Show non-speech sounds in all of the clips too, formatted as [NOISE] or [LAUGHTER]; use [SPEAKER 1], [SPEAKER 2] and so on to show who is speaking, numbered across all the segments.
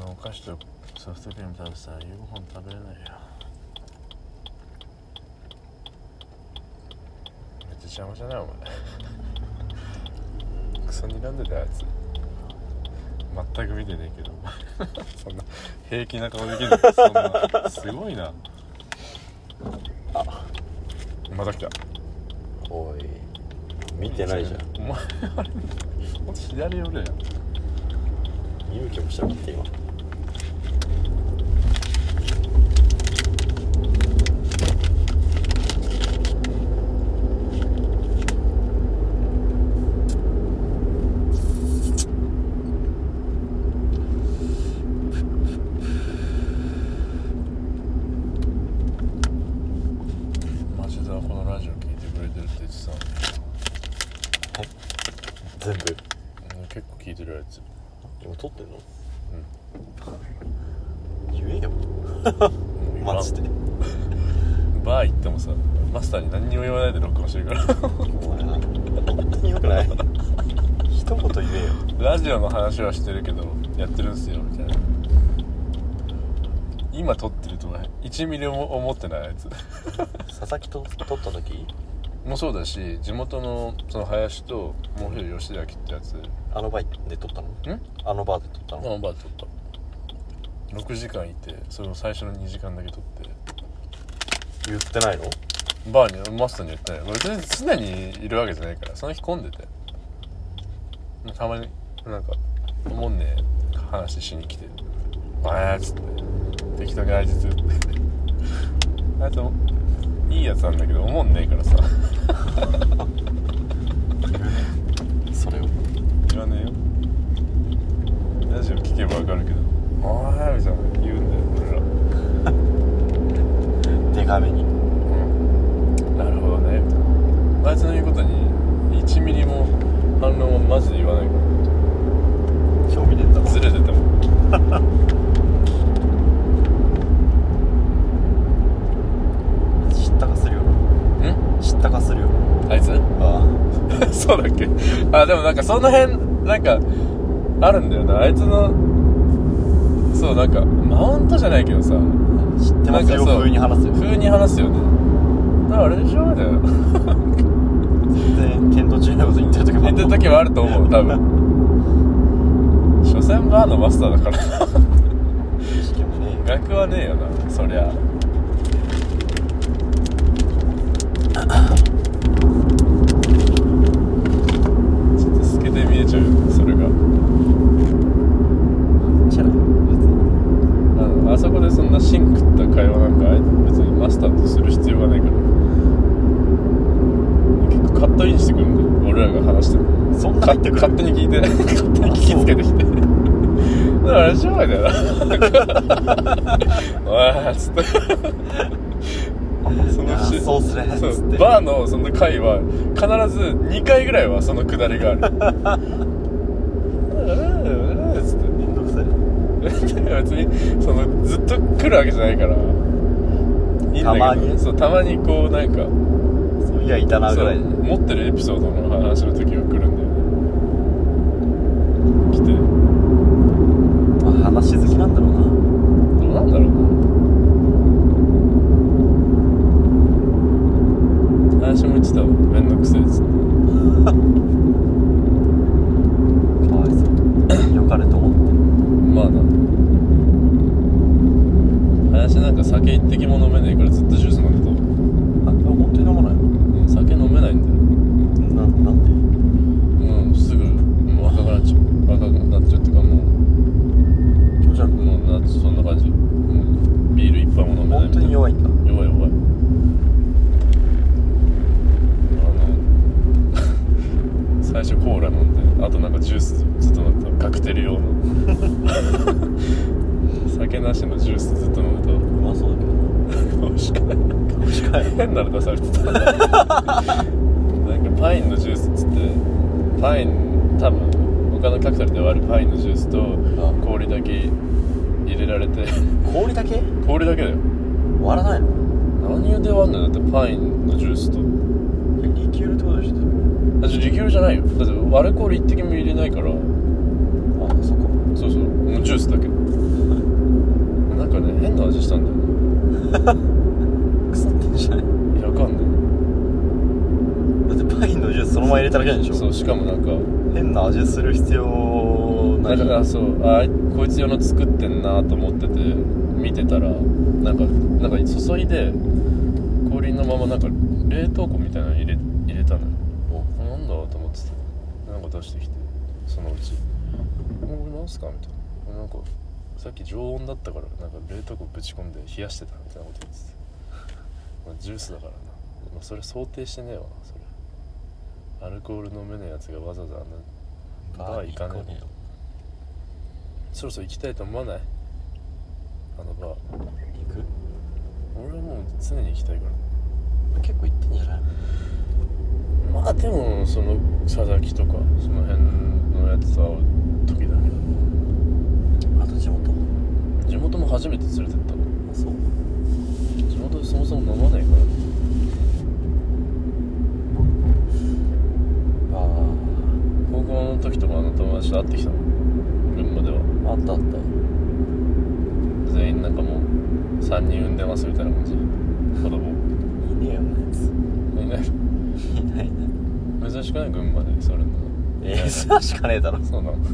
[SPEAKER 1] うんお菓子とソフトクリーム食べてたら夕ご飯食べれないよめっちゃ邪魔じゃないお前クソ睨んでたよあいつ全く見てねえけどそんな平気な顔できるのそんなすごいなあまた来た
[SPEAKER 2] おい見てないじゃん
[SPEAKER 1] お前あれほんと左寄るやん
[SPEAKER 2] 勇気もしゃべって今
[SPEAKER 1] マジでこのラジオ聞いてくれてるって言ってたのに
[SPEAKER 2] 全部
[SPEAKER 1] うん結構聞いてるやつ
[SPEAKER 2] 今撮ってんの言えよ
[SPEAKER 1] うん
[SPEAKER 2] マジで
[SPEAKER 1] バー行ってもさマスターに何にも言わないで録音してるから [LAUGHS]
[SPEAKER 2] お前本当によくない一言言えよ
[SPEAKER 1] ラジオの話はしてるけどやってるんすよみたいな今撮ってるとは1ミリも思ってないあいつ
[SPEAKER 2] 佐々木と撮った時
[SPEAKER 1] もそうだし地元のその林ともう一人吉崎ってやつん
[SPEAKER 2] あのバーで撮ったのあのバーで撮った
[SPEAKER 1] あ
[SPEAKER 2] の
[SPEAKER 1] のバーで撮った6時間いてそれを最初の2時間だけ撮って
[SPEAKER 2] 言ってないの
[SPEAKER 1] バーにマスターに言ってない別に常にいるわけじゃないからその日混んでてたまになんか「おもんねえ話しに来て「あーっつって適当にあいつ [LAUGHS] あいつもいいやつなんだけどおもんねえからさ
[SPEAKER 2] それを
[SPEAKER 1] 言わねえよラジオ聞けばわかるけど「あー」みたいなの言うんだよ俺ら
[SPEAKER 2] でかめに
[SPEAKER 1] なるほどねみたいなあいつの言うことに1ミリも反論はマジで言わないから
[SPEAKER 2] 興味出た
[SPEAKER 1] ずれてたもん
[SPEAKER 2] 知ったかするよ
[SPEAKER 1] ん
[SPEAKER 2] 知ったかするよ
[SPEAKER 1] あいつ [LAUGHS]
[SPEAKER 2] あ
[SPEAKER 1] そうだっけあでもなんかその辺なんかあるんだよなあいつのそうなんかマウントじゃないけどさ
[SPEAKER 2] あ知ってます
[SPEAKER 1] なん
[SPEAKER 2] よ
[SPEAKER 1] かそう
[SPEAKER 2] 風に話すよ
[SPEAKER 1] 風に話すよねだからあれでしょみたいな
[SPEAKER 2] 全然検討中なこと言ってる時もあ
[SPEAKER 1] 言ってる時はあると思う多分所詮バーのマスターだから
[SPEAKER 2] 意識もねえよ
[SPEAKER 1] 学はねえよなそりゃちょっと透けて見えちゃうよそれが
[SPEAKER 2] チャラ別
[SPEAKER 1] あのあそこでそんなシンクった会話なんかあい別にマスターとする必要がないから結構カットインしてくるんだよ俺らが話しても
[SPEAKER 2] にそんな
[SPEAKER 1] か
[SPEAKER 2] 入ってく
[SPEAKER 1] 勝
[SPEAKER 2] る
[SPEAKER 1] 手に聞い
[SPEAKER 2] [LAUGHS]
[SPEAKER 1] て勝手に聞きつけてきてだからあれしょうがないだよなおいっつってその
[SPEAKER 2] あ
[SPEAKER 1] し
[SPEAKER 2] そうっすね
[SPEAKER 1] そ
[SPEAKER 2] つって
[SPEAKER 1] うバーのその回は必ず2回ぐらいはそのくだり
[SPEAKER 2] [LAUGHS]
[SPEAKER 1] があるうんうんつって
[SPEAKER 2] めんどくさい
[SPEAKER 1] 別にそのずっと来るわけじゃないからいいんだ
[SPEAKER 2] た
[SPEAKER 1] けど
[SPEAKER 2] まに
[SPEAKER 1] そうたまにこうなんか
[SPEAKER 2] そういやいたなぐ
[SPEAKER 1] そ
[SPEAKER 2] ら
[SPEAKER 1] う
[SPEAKER 2] いで
[SPEAKER 1] 持ってるエピソードの話の時は来るんだよね来て
[SPEAKER 2] まあ話好きなんだろうな
[SPEAKER 1] どうなんだろうな話も言ってたわ面倒くせえっつって
[SPEAKER 2] かわいそうよかれと思っ
[SPEAKER 1] まあな林なんか酒一滴も飲めねえからずっとジュース飲んでたわ
[SPEAKER 2] てあでも本当に飲まないの
[SPEAKER 1] うん酒飲めないんだよ
[SPEAKER 2] ななん
[SPEAKER 1] う
[SPEAKER 2] で
[SPEAKER 1] んすぐもう若くなっちゃう若くなっちゃうっていうかも
[SPEAKER 2] 気持ち悪
[SPEAKER 1] う
[SPEAKER 2] く
[SPEAKER 1] もうなそんな感じ、うん、ビール一杯も飲めない
[SPEAKER 2] 本
[SPEAKER 1] み
[SPEAKER 2] 当
[SPEAKER 1] たい
[SPEAKER 2] に
[SPEAKER 1] な
[SPEAKER 2] 弱いんだ
[SPEAKER 1] 弱い弱いあの [LAUGHS] 最初コーラ飲んであとなんかジュースずっと飲んでたカクテル用の [LAUGHS] 酒なしのジュースずっと飲んでた
[SPEAKER 2] うまそうだけどな
[SPEAKER 1] 美味しくない
[SPEAKER 2] 美味しくないの
[SPEAKER 1] 変なの出されてたなんかパインのジュースっつってパイン多分他のカクテルで割るパインのジュースと
[SPEAKER 2] ん
[SPEAKER 1] 氷だけ入れられて
[SPEAKER 2] 氷だけ
[SPEAKER 1] 氷だけだよ
[SPEAKER 2] 割らないの
[SPEAKER 1] 何で割んのよだってパインのジュースと
[SPEAKER 2] リキュールってことでしょ
[SPEAKER 1] あじゃリキュールじゃないよだってアルコール一滴も入れないから
[SPEAKER 2] あそこ
[SPEAKER 1] そうそうもうジュースだけなんかね変な味したんだよね
[SPEAKER 2] 腐ってんじゃない
[SPEAKER 1] いやわかんない
[SPEAKER 2] だってパインのジュースそのまま入れただけなんでしょ
[SPEAKER 1] そうしかもなんか
[SPEAKER 2] 変な味する必要な
[SPEAKER 1] だ
[SPEAKER 2] い
[SPEAKER 1] からそうあこいつ用の作ってんなと思ってて見てたらなんかなんか注いで氷のままなんか冷凍庫みたいなの入れ入れたのよ
[SPEAKER 2] お
[SPEAKER 1] あなんだと思ってたなんか出してきてそのうち「これなんすか?」みたいななんかさっき常温だったからなんか冷凍庫ぶち込んで冷やしてたみたいなこと言っててまあジュースだからな、まあ、それ想定してねえわなそれアルコール飲めねえやつがわざわざあんなバー行かねえそろそろ行きたいと思わないあのバー
[SPEAKER 2] 行く
[SPEAKER 1] 俺はもう常に行きたいから
[SPEAKER 2] 結構行ってんじゃない
[SPEAKER 1] まあでもその佐々木とかその辺のやつと会う時だけど
[SPEAKER 2] あと地元
[SPEAKER 1] 地元も初めて連れてったの
[SPEAKER 2] あそう
[SPEAKER 1] 地元でそもそも飲まないから
[SPEAKER 2] あ
[SPEAKER 1] 高校の時とかの友達と会ってきたの群馬では
[SPEAKER 2] ああったあった
[SPEAKER 1] 全員なんかもう3人産んでますみたいな感じ子供
[SPEAKER 2] いねえよなやつ
[SPEAKER 1] いない
[SPEAKER 2] いないな
[SPEAKER 1] 珍しくない群馬でそれなの
[SPEAKER 2] ええそうしかねえだろ
[SPEAKER 1] そうなの全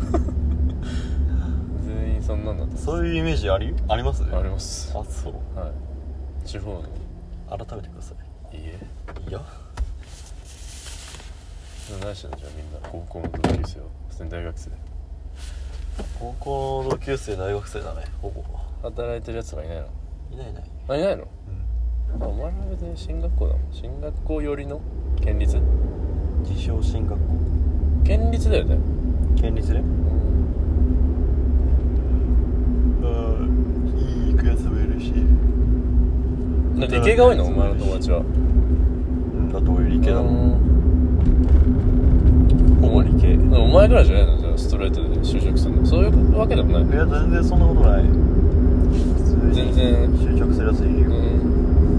[SPEAKER 1] 員そんなんだった
[SPEAKER 2] そういうイメージありあります
[SPEAKER 1] あります
[SPEAKER 2] あそう
[SPEAKER 1] はい地方の
[SPEAKER 2] 改めてくださ
[SPEAKER 1] 家
[SPEAKER 2] いいや
[SPEAKER 1] 何してんのじゃあみんな高校の同級生は普通に大学生
[SPEAKER 2] 高校の同級生大学生だねほぼ
[SPEAKER 1] 働いてるやつがいないの
[SPEAKER 2] いないいない
[SPEAKER 1] あいないのあお前ら別に進学校だもん進学校寄りの県立
[SPEAKER 2] 自称進学校
[SPEAKER 1] 県立だよね
[SPEAKER 2] 県立ね
[SPEAKER 1] うん
[SPEAKER 2] うんいい行くやつもいるし
[SPEAKER 1] だって理系が多いのお前の友達は
[SPEAKER 2] うんだって俺理系だもん
[SPEAKER 1] ん
[SPEAKER 2] ほぼ理系い
[SPEAKER 1] お前ぐらいじゃないのじゃあストレートで就職するのそういうわけでもない
[SPEAKER 2] や全然そんなことない普通
[SPEAKER 1] 全
[SPEAKER 2] に
[SPEAKER 1] 然
[SPEAKER 2] 就職するやついるよ、
[SPEAKER 1] うん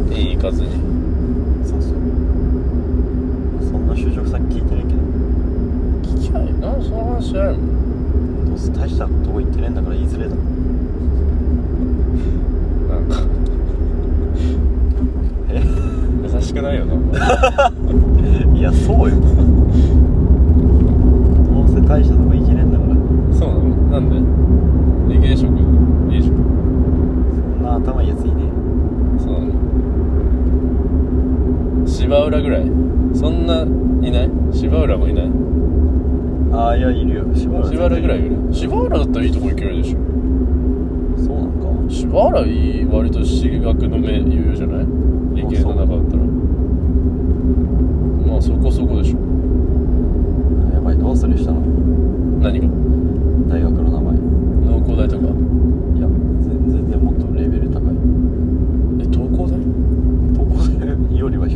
[SPEAKER 1] いい行かずに
[SPEAKER 2] そうそうそんな就職先聞いてないけど
[SPEAKER 1] 聞きゃいいなその話しないもん
[SPEAKER 2] どうせ大したとこ行ってねえんだから言いづれえだろ
[SPEAKER 1] なんか
[SPEAKER 2] え [LAUGHS]
[SPEAKER 1] 優しくないよなお前
[SPEAKER 2] いやそうよどうせ大したとこ行けねえんだから
[SPEAKER 1] そうなのなんで理系職いい職
[SPEAKER 2] そんな頭いいやついね
[SPEAKER 1] そうなの芝浦ぐらいそんないない芝浦もいない
[SPEAKER 2] えああいやいるよしばらく
[SPEAKER 1] 芝浦ぐらいいる芝浦だったらいいとこ行けるでしょ
[SPEAKER 2] そうなのか
[SPEAKER 1] 芝浦いい割と私学の名優じゃない理系の中だったらまあそこそこでしょ
[SPEAKER 2] やばいどうするしたの
[SPEAKER 1] 何が
[SPEAKER 2] 大学の名前
[SPEAKER 1] 農工大とか
[SPEAKER 2] いや全然もっとレベル高い
[SPEAKER 1] え東工大
[SPEAKER 2] どこでよりは低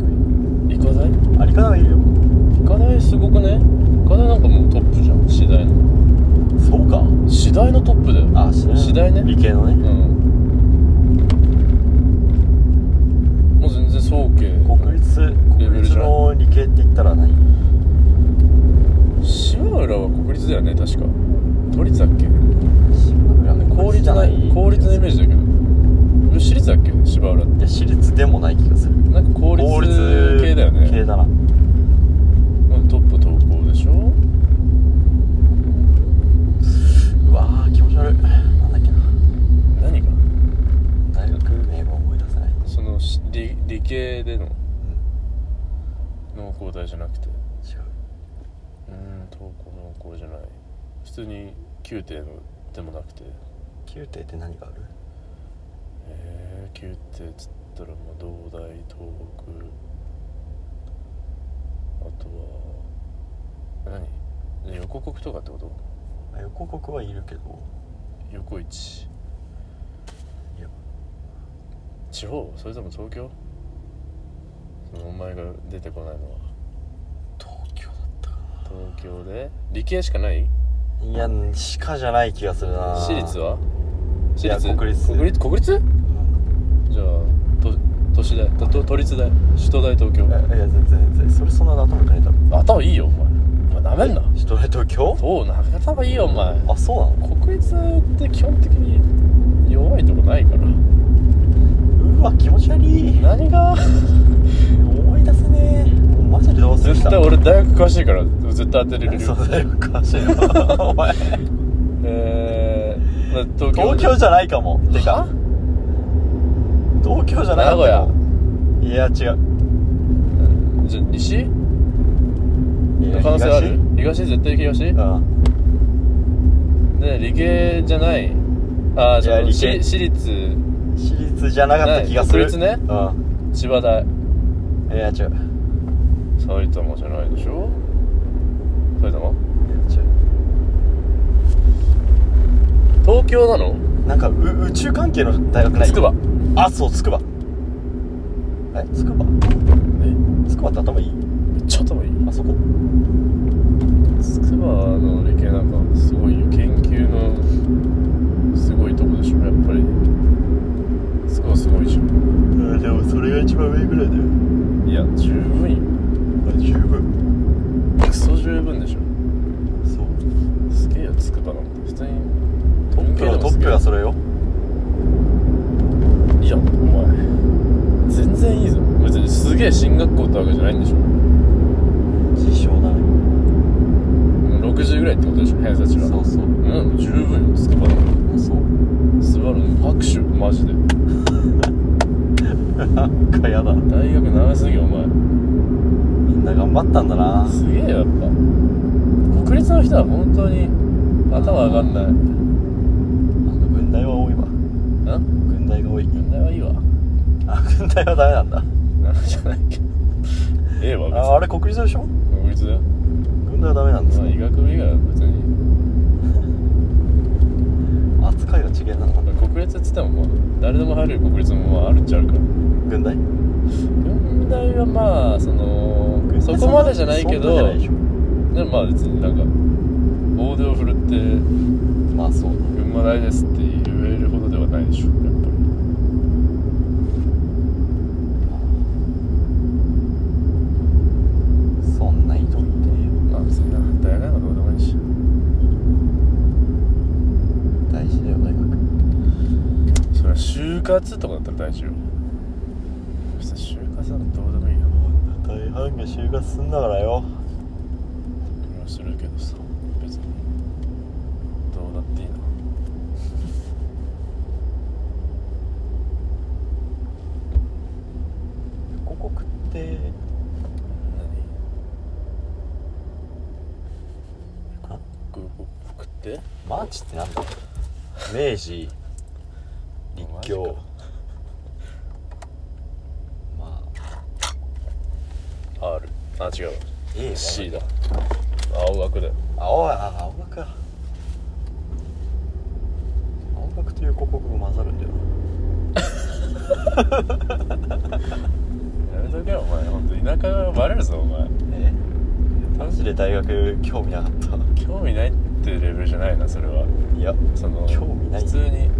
[SPEAKER 1] 理
[SPEAKER 2] い
[SPEAKER 1] 科大
[SPEAKER 2] あり方はいるよ
[SPEAKER 1] 理科大すごくね理科大なんかもうトップじゃん次第の
[SPEAKER 2] そうか
[SPEAKER 1] 次第のトップだよ
[SPEAKER 2] あ次第
[SPEAKER 1] 次第ね
[SPEAKER 2] 理系の
[SPEAKER 1] う
[SPEAKER 2] ね
[SPEAKER 1] んもう全然早慶
[SPEAKER 2] 国立
[SPEAKER 1] レベ
[SPEAKER 2] 国
[SPEAKER 1] ルじゃ
[SPEAKER 2] 立
[SPEAKER 1] ない
[SPEAKER 2] の理系って言ったら何
[SPEAKER 1] 島浦は国立だよね確か都立だっけ
[SPEAKER 2] 島村ね
[SPEAKER 1] 公立じゃない公立のイメージだけど私立だっけ島浦って
[SPEAKER 2] いや私立でもない気がする
[SPEAKER 1] なんか公立系だよ
[SPEAKER 2] 公立系
[SPEAKER 1] ね
[SPEAKER 2] だな
[SPEAKER 1] うんトップ投稿でしょ
[SPEAKER 2] うわー気持ち悪いなんだっけな
[SPEAKER 1] 何が
[SPEAKER 2] 大学名が思い出せない
[SPEAKER 1] そのし理理系での農工大じゃなくて
[SPEAKER 2] 違う
[SPEAKER 1] うん投稿農工じゃない普通に宮廷のでもなくて
[SPEAKER 2] 宮廷って何がある
[SPEAKER 1] えー、宮廷っつったらまあ東大東北あとは何横国とかってこと
[SPEAKER 2] あ横国はいるけど
[SPEAKER 1] 横市
[SPEAKER 2] いや
[SPEAKER 1] 地方それとも東京そのお前が出てこないのは
[SPEAKER 2] 東京だったかな
[SPEAKER 1] 東京で理系しかない
[SPEAKER 2] いや歯科じゃない気がするな
[SPEAKER 1] 私立は私
[SPEAKER 2] いや
[SPEAKER 1] 立
[SPEAKER 2] 国立
[SPEAKER 1] 国立国立じゃあと都市大都都都立大首都大東京
[SPEAKER 2] いやいや全然全然それそんな頭良くない多分
[SPEAKER 1] 頭いいよお前お前なめんな
[SPEAKER 2] 人の東京
[SPEAKER 1] そうなめ頭いいよお前
[SPEAKER 2] あそうなの
[SPEAKER 1] 国立って基本的に弱いとこないから
[SPEAKER 2] うわ気持ち悪い
[SPEAKER 1] 何
[SPEAKER 2] [LAUGHS]
[SPEAKER 1] が
[SPEAKER 2] 思い出せねえもうマジでどうする
[SPEAKER 1] 絶対俺大学詳しいから絶対当てれる
[SPEAKER 2] そ
[SPEAKER 1] よ
[SPEAKER 2] うだよ詳しいよ
[SPEAKER 1] [LAUGHS]
[SPEAKER 2] お前
[SPEAKER 1] えーまあ東京
[SPEAKER 2] 東京じゃないかもて
[SPEAKER 1] は
[SPEAKER 2] か東京じゃない
[SPEAKER 1] 名古屋
[SPEAKER 2] いや違う
[SPEAKER 1] じゃあ西
[SPEAKER 2] いや
[SPEAKER 1] 可能性ある
[SPEAKER 2] 東
[SPEAKER 1] 東絶対東
[SPEAKER 2] うん
[SPEAKER 1] ね理系じゃないああじゃあ
[SPEAKER 2] いや理系
[SPEAKER 1] 私私立
[SPEAKER 2] 私立じゃなかった気がする
[SPEAKER 1] ない国立ね
[SPEAKER 2] う
[SPEAKER 1] 千葉大
[SPEAKER 2] んいや違ういや違う
[SPEAKER 1] 埼玉じゃないでしょ埼玉東京なの
[SPEAKER 2] なんかう宇宙関係の大学ない
[SPEAKER 1] 筑波
[SPEAKER 2] あそう筑波え筑波
[SPEAKER 1] え
[SPEAKER 2] 筑波って頭いい
[SPEAKER 1] ちょっともいい
[SPEAKER 2] あそこ
[SPEAKER 1] 筑波の理系なんかすごいよ研究のすごいとこでしょやっぱり筑波すごいでしょ
[SPEAKER 2] うんでもそれが一番上ぐらいだよ
[SPEAKER 1] いや十分よ
[SPEAKER 2] あ十分
[SPEAKER 1] クソ十分でしょ
[SPEAKER 2] そう
[SPEAKER 1] すげえよ筑波なんて普通に
[SPEAKER 2] トップのトップがそれよ
[SPEAKER 1] いやお前全然いいぞ別にすげえ進学校ってわけじゃないんでしょ
[SPEAKER 2] 自称だね
[SPEAKER 1] 60ぐらいってことでしょ偏差値が
[SPEAKER 2] そうそ
[SPEAKER 1] う
[SPEAKER 2] う
[SPEAKER 1] ん十分よ筑波なんて
[SPEAKER 2] そう
[SPEAKER 1] 素晴らしい拍手マジで
[SPEAKER 2] [LAUGHS] なんかやだ
[SPEAKER 1] 大学長すぎお前
[SPEAKER 2] みんな頑張ったんだな
[SPEAKER 1] すげえよやっぱ国立の人は本当に頭上がんない
[SPEAKER 2] なんか軍隊は多いわ
[SPEAKER 1] うん
[SPEAKER 2] 軍隊が多い
[SPEAKER 1] 問題はいいわ
[SPEAKER 2] あ軍隊はダメなんだ
[SPEAKER 1] なんじゃないけど [LAUGHS] ええ
[SPEAKER 2] あ
[SPEAKER 1] わ
[SPEAKER 2] あれ国立でしょ
[SPEAKER 1] 別に国立だよ
[SPEAKER 2] 軍隊はダメなんです
[SPEAKER 1] まあ医学部以外は別に
[SPEAKER 2] 扱いが違えなの
[SPEAKER 1] 国立っつってもまあ誰でも入れる国立もまああるっちゃあるから
[SPEAKER 2] 軍隊
[SPEAKER 1] 問題はまあその
[SPEAKER 2] 軍
[SPEAKER 1] そ
[SPEAKER 2] 隊
[SPEAKER 1] こまでじゃないけ
[SPEAKER 2] そん
[SPEAKER 1] ど
[SPEAKER 2] なじゃないでしょ
[SPEAKER 1] でもまあ別になんか大手を振るって
[SPEAKER 2] まあそうだ
[SPEAKER 1] 群馬大ですって言えるほどではないでしょやっぱ
[SPEAKER 2] そんな人いてよ
[SPEAKER 1] りまあ別にな大学なんかどうでもいいし
[SPEAKER 2] 大事だよ大学
[SPEAKER 1] それは就活とかだったら大事よ別に就活なんてどうでもいいよ
[SPEAKER 2] 大半が就活すんだからよ
[SPEAKER 1] 俺はするけどさ別にどうだっていいな
[SPEAKER 2] ここ食って
[SPEAKER 1] 何国国国って
[SPEAKER 2] マーチってなんだ明治立教まあ
[SPEAKER 1] R あ違う
[SPEAKER 2] A だ
[SPEAKER 1] C だ青学だよ
[SPEAKER 2] 青あ青学か青学という広告が混ざるんだよ
[SPEAKER 1] やめとけよお前本当田舎がバレるぞお前
[SPEAKER 2] なえマジで大学興味なかった
[SPEAKER 1] 興味ないってレベルじゃないなそれはい
[SPEAKER 2] や
[SPEAKER 1] その
[SPEAKER 2] 興味ない
[SPEAKER 1] 普通に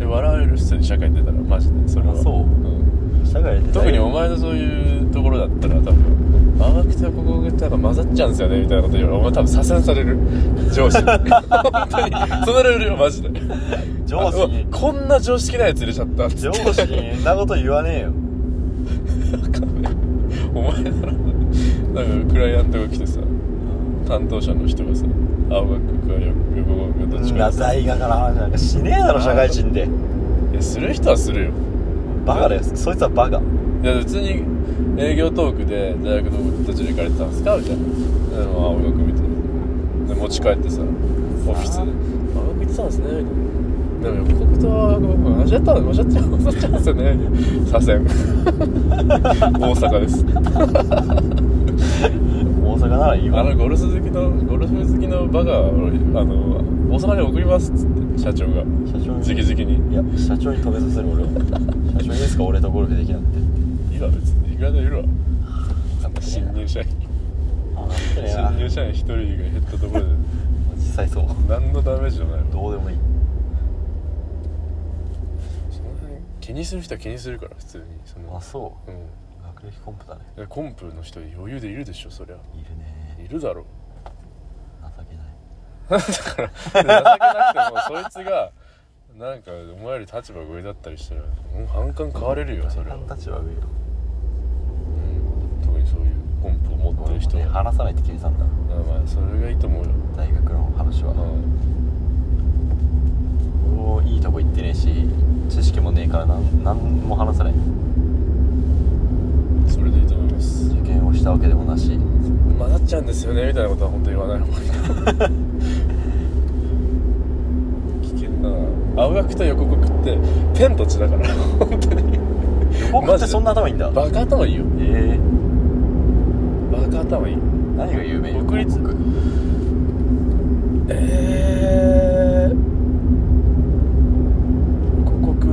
[SPEAKER 1] え笑われる普通に社会に出たらマジでそれは
[SPEAKER 2] あそうん社会で
[SPEAKER 1] 特にお前のそういうところだったら多分青学と国語とか混ざっちゃうんすよねみたいなこと言うお前多分左遷される上司に本当にそのレベルよマジで
[SPEAKER 2] 上司に
[SPEAKER 1] あうわこんな常識なやつ入れちゃったっつ
[SPEAKER 2] 上
[SPEAKER 1] って
[SPEAKER 2] 司にそんなこと言わねえよ
[SPEAKER 1] お前だろなんかクライアントが来てさ担当者の人がさ青学か横学 [LAUGHS] かどっち
[SPEAKER 2] んな
[SPEAKER 1] かさ
[SPEAKER 2] 大学の話なんかしねえだろ社会人で
[SPEAKER 1] いやする人はするよ
[SPEAKER 2] バカだよそいつはバカ
[SPEAKER 1] いや普通に営業トークで大学の途中で行かれてたんですかみたいなでまあ青学見てで持ち帰ってさオフィスで「青学行ってたんですね」みたいなでも横国と青学間違ったの間違っちゃう間違っちゃうんですよね左遷大阪です
[SPEAKER 2] 大阪ならいい
[SPEAKER 1] あ
[SPEAKER 2] わ
[SPEAKER 1] のゴルフ好きのゴルフ好きのバカを俺あの大阪に送りますっつって社長が
[SPEAKER 2] 社長に
[SPEAKER 1] 直々に
[SPEAKER 2] いや社長に止めさせる俺は社長いいですか俺とゴルフできなくて
[SPEAKER 1] 「いいわ別にいくらでもいるわ」新入社員
[SPEAKER 2] あなんてねえ
[SPEAKER 1] 新
[SPEAKER 2] な
[SPEAKER 1] 入社員一人が減ったところで
[SPEAKER 2] おじ切そう
[SPEAKER 1] 何のダメージでもないの
[SPEAKER 2] どうでもいい
[SPEAKER 1] その辺気にする人は気にするから普通にその
[SPEAKER 2] あそう
[SPEAKER 1] うん
[SPEAKER 2] 学歴コンプだね
[SPEAKER 1] いやコンプの人余裕でいるでしょそりゃ
[SPEAKER 2] いるね
[SPEAKER 1] いるだろ
[SPEAKER 2] 情けない
[SPEAKER 1] だから情けなくてもそいつがなんかお前より立場上だったりしたらもう反感買われるよそれは、
[SPEAKER 2] 大半たちは上よ
[SPEAKER 1] うん特にそういうコンプを持って
[SPEAKER 2] 俺
[SPEAKER 1] る
[SPEAKER 2] も
[SPEAKER 1] 人
[SPEAKER 2] ね
[SPEAKER 1] は、
[SPEAKER 2] 話さないって決めたんだ
[SPEAKER 1] うんまあそれがいいと思うよ、
[SPEAKER 2] 大学の話は、
[SPEAKER 1] うん、
[SPEAKER 2] 俺もいいとこ行ってねえし知識もねえからなん何も話さない
[SPEAKER 1] それでいいと思います
[SPEAKER 2] 受験をしたわけでもなし
[SPEAKER 1] 混ざっちゃうんですよねみたいなことは本当言わない方がいい危険だな青学と横国って天と地だから本当に
[SPEAKER 2] 横国ってそんな頭いいんだ
[SPEAKER 1] バカ頭いいよ
[SPEAKER 2] ええ
[SPEAKER 1] バカ頭いい
[SPEAKER 2] 何が有名よ
[SPEAKER 1] 国立
[SPEAKER 2] 横国
[SPEAKER 1] えー、横国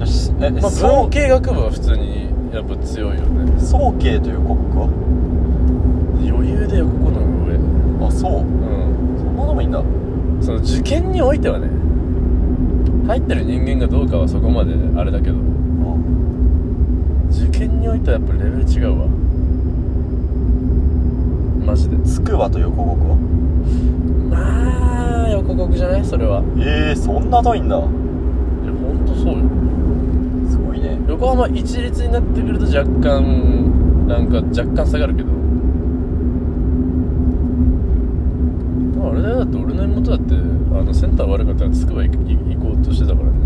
[SPEAKER 2] よしえ、
[SPEAKER 1] まあ
[SPEAKER 2] 総
[SPEAKER 1] 文
[SPEAKER 2] 計
[SPEAKER 1] 系学部は普通にやっぱ強いよね
[SPEAKER 2] 総計という国は
[SPEAKER 1] 余裕で横国の上
[SPEAKER 2] あそう
[SPEAKER 1] うん
[SPEAKER 2] そんなのもいいんだ
[SPEAKER 1] その受験においてはね入ってる人間がどうかはそこまであれだけど
[SPEAKER 2] うん
[SPEAKER 1] 受験においてはやっぱレベル違うわマジで
[SPEAKER 2] つくばと横国は
[SPEAKER 1] まあ横国じゃないそれはい
[SPEAKER 2] ええそんな頭いいんだ
[SPEAKER 1] やほんとそうよ
[SPEAKER 2] すごいね
[SPEAKER 1] 横浜一律になってくると若干なんか若干下がるけどまああれだよだって俺の妹だってあのセンター悪かったらつくば行く行行こうとしてたからね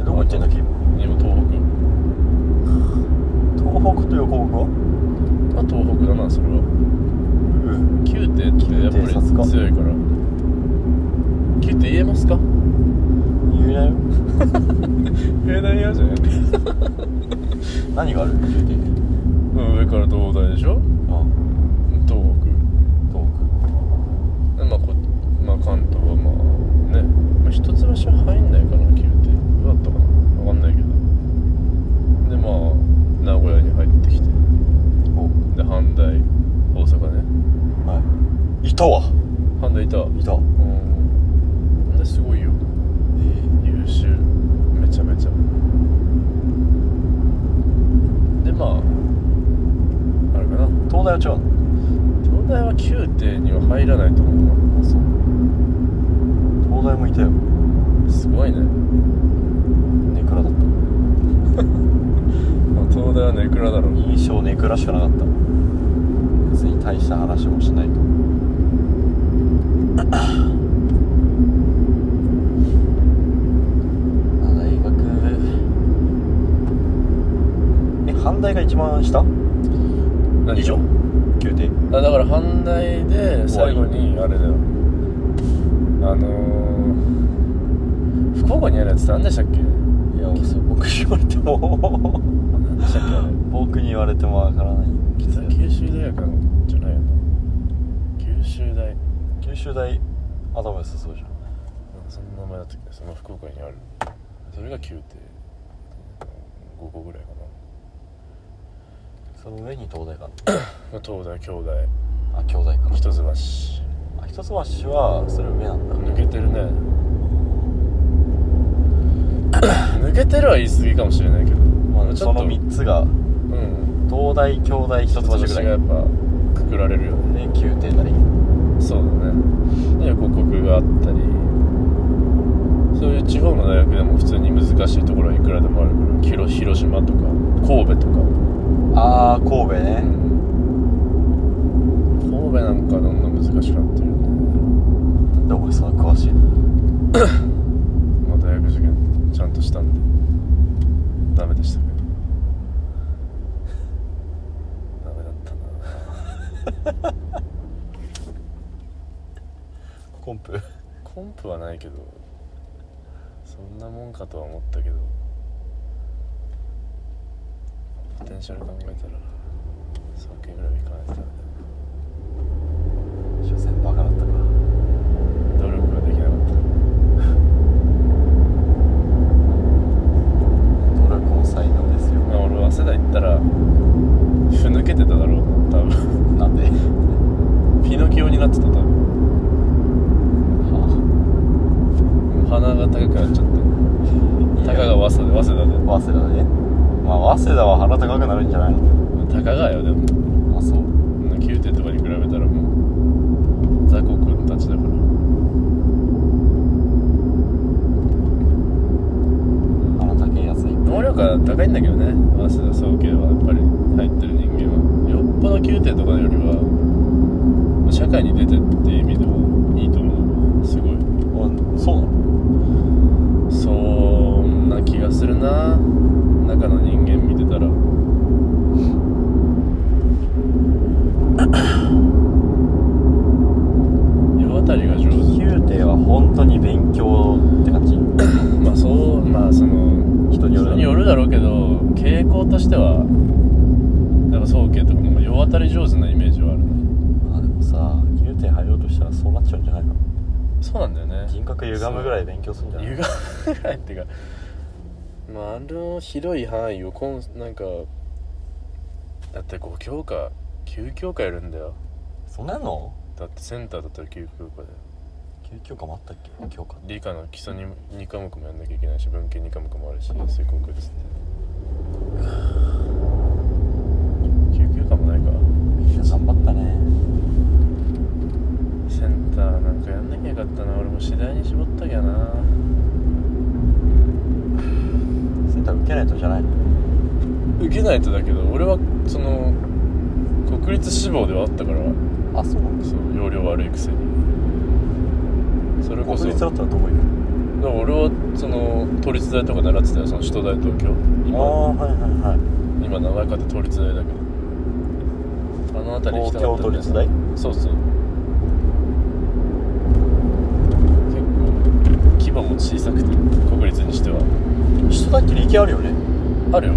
[SPEAKER 2] えどこ行ってんだっけ今
[SPEAKER 1] 今東
[SPEAKER 2] 東北と横国は
[SPEAKER 1] 北まあ東北だなそれは
[SPEAKER 2] うん
[SPEAKER 1] 九亭ってやっぱ
[SPEAKER 2] 九亭さすが
[SPEAKER 1] り強いから九亭言えますか
[SPEAKER 2] 言えないよ
[SPEAKER 1] 言えないよじゃない
[SPEAKER 2] 何があるって言って
[SPEAKER 1] 上から東大でしょ
[SPEAKER 2] あ
[SPEAKER 1] 東
[SPEAKER 2] 東
[SPEAKER 1] 北まあこまあ関東はまあね、まあ、一橋は入んないかな九ってどうだったかな分かんないけどでまあ名古屋に入ってきて
[SPEAKER 2] 北お
[SPEAKER 1] で阪大大阪ね
[SPEAKER 2] はいいたわ
[SPEAKER 1] 阪大いたうん
[SPEAKER 2] いたえ
[SPEAKER 1] 阪大すごいよ
[SPEAKER 2] え
[SPEAKER 1] 優秀めちゃめちゃでまああれかな
[SPEAKER 2] 東大は違うの
[SPEAKER 1] 東大は九点には入らないと思うな
[SPEAKER 2] あそう東大もいたよ
[SPEAKER 1] すごいね
[SPEAKER 2] ネクラだった
[SPEAKER 1] まあ東大はネクラだろう
[SPEAKER 2] 印象ネクラしかなかった別に大した話もしないとあ大学え阪大が一番下
[SPEAKER 1] 何
[SPEAKER 2] 以上宮廷
[SPEAKER 1] あだから阪大で最後にあれだよあのー、福岡にあるやつって何でしたっけ
[SPEAKER 2] いやそう僕に言われても
[SPEAKER 1] 何でしたっけあれ
[SPEAKER 2] 僕に言われてもわからない
[SPEAKER 1] 北九州大学なんじゃないよな九州大なんか
[SPEAKER 2] 九州大頭良さそうじゃん
[SPEAKER 1] そんな名前だったっけその福岡にあるそれが宮廷5個ぐらいか
[SPEAKER 2] その上に東大がある
[SPEAKER 1] な東大京
[SPEAKER 2] [CLEARS THROAT] のあ京大か
[SPEAKER 1] 大一橋
[SPEAKER 2] あ一橋はそれ上なんだ
[SPEAKER 1] 抜けてるね
[SPEAKER 2] [LAUGHS]
[SPEAKER 1] 抜けてるは言い過ぎかもしれないけど、
[SPEAKER 2] まあ、
[SPEAKER 1] ち
[SPEAKER 2] そ
[SPEAKER 1] ょっ
[SPEAKER 2] の
[SPEAKER 1] と
[SPEAKER 2] 3つが
[SPEAKER 1] うん
[SPEAKER 2] 東大京大一
[SPEAKER 1] 一
[SPEAKER 2] 橋
[SPEAKER 1] つ橋が
[SPEAKER 2] ぐら
[SPEAKER 1] や
[SPEAKER 2] い
[SPEAKER 1] っぱくくられるよね
[SPEAKER 2] で宮廷なり
[SPEAKER 1] そうだねで横国があったりそういう地方の大学でも普通に難しいところはいくらでもあるから広広島とか神戸とか、
[SPEAKER 2] ああ神戸
[SPEAKER 1] う
[SPEAKER 2] ね
[SPEAKER 1] ん、神戸なんかどんどん難しくなってるよね、
[SPEAKER 2] なんで俺そんな詳しいの
[SPEAKER 1] まあ、大学受験ちゃんとしたんでダメでしたけどダメだったな
[SPEAKER 2] コンプ
[SPEAKER 1] コンプはないけどそんなもんかとは思ったけどポテンシャル考えたら3件ぐらいはいかないとダ
[SPEAKER 2] 所詮バカだったか
[SPEAKER 1] メだな努力ができなかっ
[SPEAKER 2] 努力も才能ですよ
[SPEAKER 1] た、まあ、俺は早稲田行ったらふぬけてただろうな多分
[SPEAKER 2] なんで
[SPEAKER 1] ピノキオになってた多分
[SPEAKER 2] 早稲田は鼻高くなるんじゃないの
[SPEAKER 1] たかがよでも
[SPEAKER 2] あそう
[SPEAKER 1] 宮廷とかに比べたらもう雑魚君たちだから
[SPEAKER 2] 鼻高いやついっぱい
[SPEAKER 1] 能力は高いんだけどね早稲田早慶はやっぱり入ってる人間はよっぽど宮廷とかよりは社会に出てっていう意味ではいいと思うすごい
[SPEAKER 2] あそうなの
[SPEAKER 1] そんな気がするな中の人間見てたら世渡りが上手
[SPEAKER 2] 宮廷は本当に勉強って感じ
[SPEAKER 1] まあそうまあその
[SPEAKER 2] 人によるだろう
[SPEAKER 1] 人によるだろうけど傾向としてはやっぱ宗慶とかも世渡り上手なイメージはあるね
[SPEAKER 2] まあでもさ宮廷入ろうとしたらそうなっちゃうんじゃないの
[SPEAKER 1] そうなんだよね
[SPEAKER 2] 人格歪むぐらい勉強するんじゃない
[SPEAKER 1] 歪むぐらいっていうかまああの広い範囲をこんなんかだって5教科9教科やるんだよ
[SPEAKER 2] そんなの
[SPEAKER 1] だってセンターだったら9教科だよ
[SPEAKER 2] 9教科もあったっけ教科
[SPEAKER 1] 理科の基礎に2科目もやんなきゃいけないし文系2科目もあるし水国っつって9教科もないか
[SPEAKER 2] いや頑張ったね
[SPEAKER 1] センターなんかやんなきゃよかったな俺も次第に絞ったきゃな
[SPEAKER 2] センター受けないとじゃないの
[SPEAKER 1] 受けないとだけど俺はその国立志望ではあったから
[SPEAKER 2] あそうなん
[SPEAKER 1] その要領悪いくせにそれこそ
[SPEAKER 2] 国立だ
[SPEAKER 1] だ
[SPEAKER 2] っ
[SPEAKER 1] か
[SPEAKER 2] たらどこ行く
[SPEAKER 1] ら俺はその都立大とか習ってたよその首都大東京
[SPEAKER 2] の
[SPEAKER 1] 今
[SPEAKER 2] ああーはいはいはい
[SPEAKER 1] 今名前変わって都立大だけどあの辺り行きたかったんだよ
[SPEAKER 2] 東京都立
[SPEAKER 1] そうそう結構規模も小さくて国立にしては
[SPEAKER 2] 人だっけに行あるよね
[SPEAKER 1] あるよあ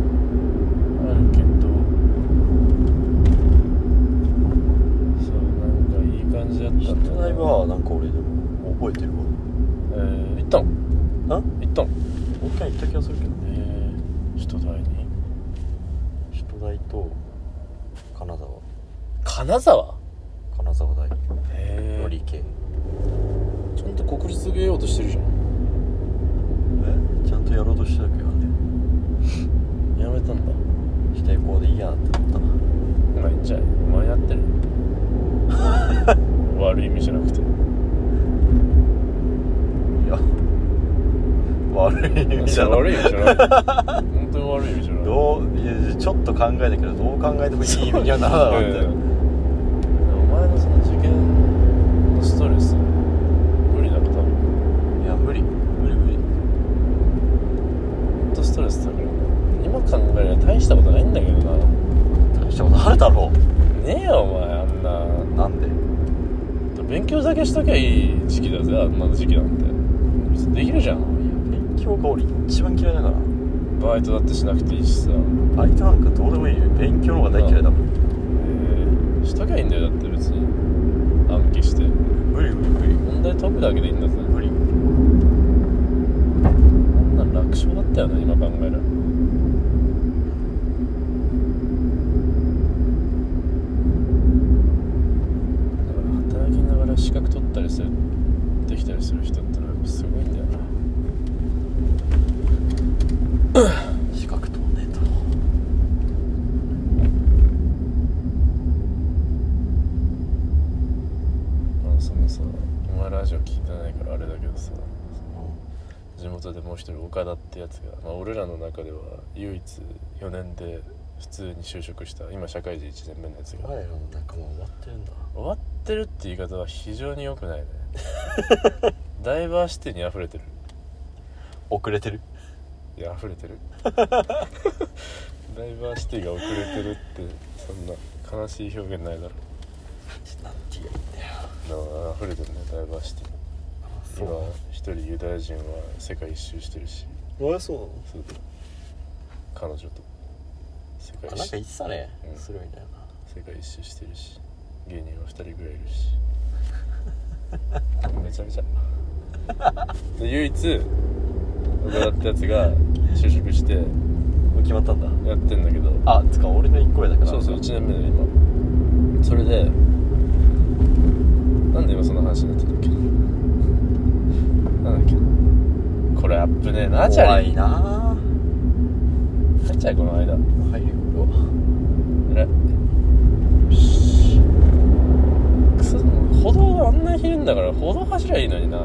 [SPEAKER 1] るけどそうなんかいい感じだった
[SPEAKER 2] 人
[SPEAKER 1] んだよな
[SPEAKER 2] だいはなんか俺でも覚えてる
[SPEAKER 1] えー、行ったん
[SPEAKER 2] わん
[SPEAKER 1] 行ったん
[SPEAKER 2] もう一回行った気がするけど
[SPEAKER 1] えー、人大に
[SPEAKER 2] 人大と金沢
[SPEAKER 1] 金沢
[SPEAKER 2] 金沢大
[SPEAKER 1] え
[SPEAKER 2] の理系
[SPEAKER 1] ちゃんと国立受けようとしてるじゃん
[SPEAKER 2] えちゃんとやろうとしてたけどね
[SPEAKER 1] やめたんだ
[SPEAKER 2] 否定校でいいやって思っ
[SPEAKER 1] まあいいんじゃない間に合ってる [LAUGHS] 悪い意味じゃなくて
[SPEAKER 2] たいや [LAUGHS] 悪い意味じゃない
[SPEAKER 1] 悪い意味じゃない本当に悪い意味じゃない
[SPEAKER 2] どういやちょっと考えたけどどう考えてもいい意味にはならなかった
[SPEAKER 1] いやいや
[SPEAKER 2] よ
[SPEAKER 1] お前のその受験のストレス無理だろ多分
[SPEAKER 2] いや無理無理無理
[SPEAKER 1] ほんとストレスだから今考えれば大したことないんだけどな
[SPEAKER 2] 大したことあるだろ
[SPEAKER 1] ねえよお前あん
[SPEAKER 2] う
[SPEAKER 1] な
[SPEAKER 2] なんで
[SPEAKER 1] 勉強だけしときゃいい時期だぜあんな時期なんて別にできるじゃん
[SPEAKER 2] 勉強が俺一番嫌いだから
[SPEAKER 1] バイトだってしなくていいしさ
[SPEAKER 2] バイトなんかどうでもいいよ勉強の方が大嫌いだもん
[SPEAKER 1] えしときゃいいんだよだって別に暗記して
[SPEAKER 2] 無理無理無理
[SPEAKER 1] 問題解くだけでいいんだぜ
[SPEAKER 2] 無理
[SPEAKER 1] あんなん楽勝だったよね今考えればだから働きながら資格取ったりするできたりする人ってのはやっぱすごいんだよな
[SPEAKER 2] 資格取んねえと
[SPEAKER 1] まあそのさお前ラジオ聞いてないからあれだけどさ地元でもう一人岡田ってやつが、まあ、俺らの中では唯一4年で普通に就職した今社会人1年目のやつが
[SPEAKER 2] 我らの仲間終わってるんだ
[SPEAKER 1] 終わってるって言い方は非常に良くない
[SPEAKER 2] [LAUGHS]
[SPEAKER 1] ねダイバーシティに溢れてる
[SPEAKER 2] 遅れてる
[SPEAKER 1] いや溢れて
[SPEAKER 2] [LAUGHS]
[SPEAKER 1] るダイバーシティが遅れてるってそんな悲しい表現ないだろ
[SPEAKER 2] なんて言うんだよ
[SPEAKER 1] なあ溢れてるねダイバーシティ今一人ユダヤ人は世界一周してるし
[SPEAKER 2] うあそうなの
[SPEAKER 1] そうだ彼女と世界
[SPEAKER 2] あなん
[SPEAKER 1] 一
[SPEAKER 2] か言
[SPEAKER 1] 周
[SPEAKER 2] ってたね、
[SPEAKER 1] うん
[SPEAKER 2] すごいんだよな
[SPEAKER 1] 世界一周してるし芸人は2人ぐらいいるし [LAUGHS] めちゃめちゃで唯一岡田ってやつが就職して
[SPEAKER 2] もう決まったんだ
[SPEAKER 1] やってんだけど
[SPEAKER 2] あつか俺の1個上だから
[SPEAKER 1] そうそう1年目だよ今それでなんで今その話になったんだっけなんだっけこれアップねナチャ
[SPEAKER 2] 怖
[SPEAKER 1] リ
[SPEAKER 2] いな
[SPEAKER 1] ナチャリこの間
[SPEAKER 2] ぁ入るうわ
[SPEAKER 1] えくそ歩道があんなにひるんだから歩道走りゃいいのにな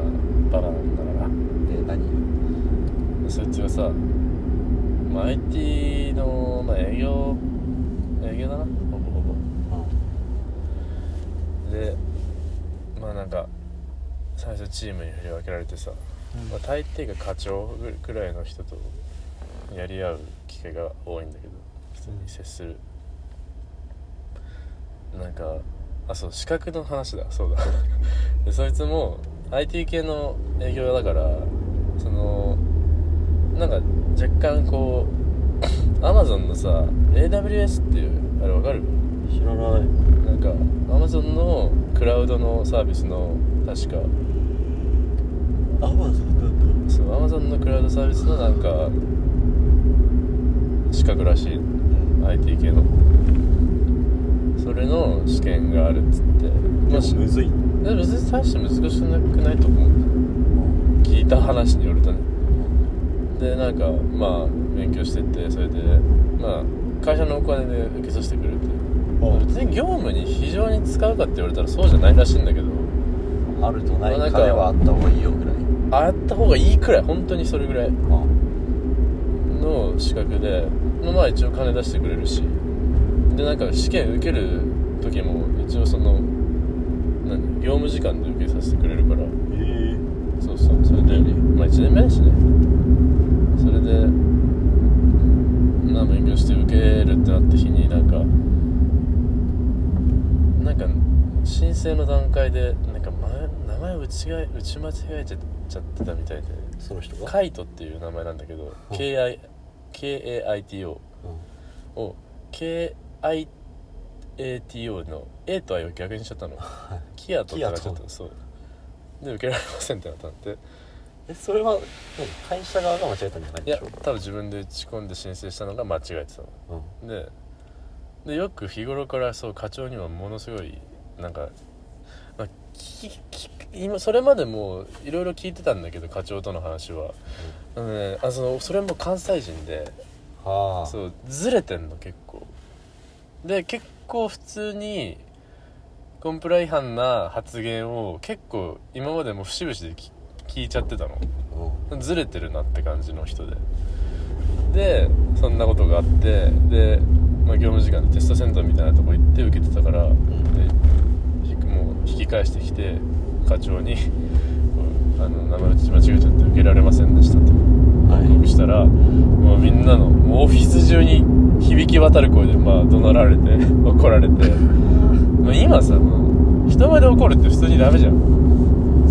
[SPEAKER 1] バカなんだから
[SPEAKER 2] で何
[SPEAKER 1] そいつがさ、まあ、IT の、まあ、営業営業だなほぼほぼでまあなんか最初チームに振り分けられてさ、まあ、大抵が課長くらいの人とやり合う機会が多いんだけど普通に接するなんかあそう資格の話だそうだ [LAUGHS] でそいつも IT 系の営業だからそのなんか若干こう [COUGHS] Amazon のさ AWS っていうあれわかる
[SPEAKER 2] 知らない
[SPEAKER 1] なんか Amazon のクラウドのサービスの確か
[SPEAKER 2] アマゾン
[SPEAKER 1] そう Amazon のクラウドサービスのなんか資格らしい
[SPEAKER 2] だ
[SPEAKER 1] IT 系のそれの試験があるっつってまあし
[SPEAKER 2] でもむずい
[SPEAKER 1] でも別に大して難しくないと思う聞いた話によるとねでなんかまあ勉強しててそれでまあ会社のお金で受けさせてくれて別に業務に非常に使うかって言われたらそうじゃないらしいんだけど
[SPEAKER 2] あるとな
[SPEAKER 1] まあないんか
[SPEAKER 2] 金はあった方がいいよぐらい
[SPEAKER 1] あった方がいいくらい本当にそれぐらい
[SPEAKER 2] あ
[SPEAKER 1] の資格でまあまあ一応金出してくれるしでなんか試験受ける時も一応その何業務時間で受けさせてくれるから
[SPEAKER 2] ええ
[SPEAKER 1] そうそうそれでまあ1年目だしねそれでまあ勉強して受けるってなった日になんかなんか申請の段階でなんか前名前を打ちが打ち間違えちゃちゃってたみたいで
[SPEAKER 2] その人が
[SPEAKER 1] カイトっていう名前なんだけど
[SPEAKER 2] うん
[SPEAKER 1] KI KAITO を KIATO の A と I を逆にしちゃ [LAUGHS] ったのキアとってなっちゃっ
[SPEAKER 2] キア
[SPEAKER 1] たそうで受けられませんってなったんで
[SPEAKER 2] えそれは何会社側が間違えたんじゃない
[SPEAKER 1] いや多分自分で打ち込んで申請したのが間違えてたの
[SPEAKER 2] うん
[SPEAKER 1] ででよく日頃からそう課長にはものすごいなんか、まあ、きき今それまでもいろいろ聞いてたんだけど課長との話は、うんね、あそのそれも関西人で
[SPEAKER 2] はあ
[SPEAKER 1] そうずれてんの結構で結構普通にコンプラ違反な発言を結構今までも節々で聞聞いちゃってたの
[SPEAKER 2] うん
[SPEAKER 1] ずれてるなって感じの人ででそんなことがあってで、まあ、業務時間でテストセンターみたいなとこ行って受けてたから、でひもう引き返してきて課長にこうあの名前打ち間違えちゃって受けられませんでしたと
[SPEAKER 2] はい
[SPEAKER 1] 報告したらもうみんなのもうオフィス中に響き渡る声でまあ怒鳴られて [LAUGHS] 怒られてまあ今さもう人前で怒るって普通にダメじゃん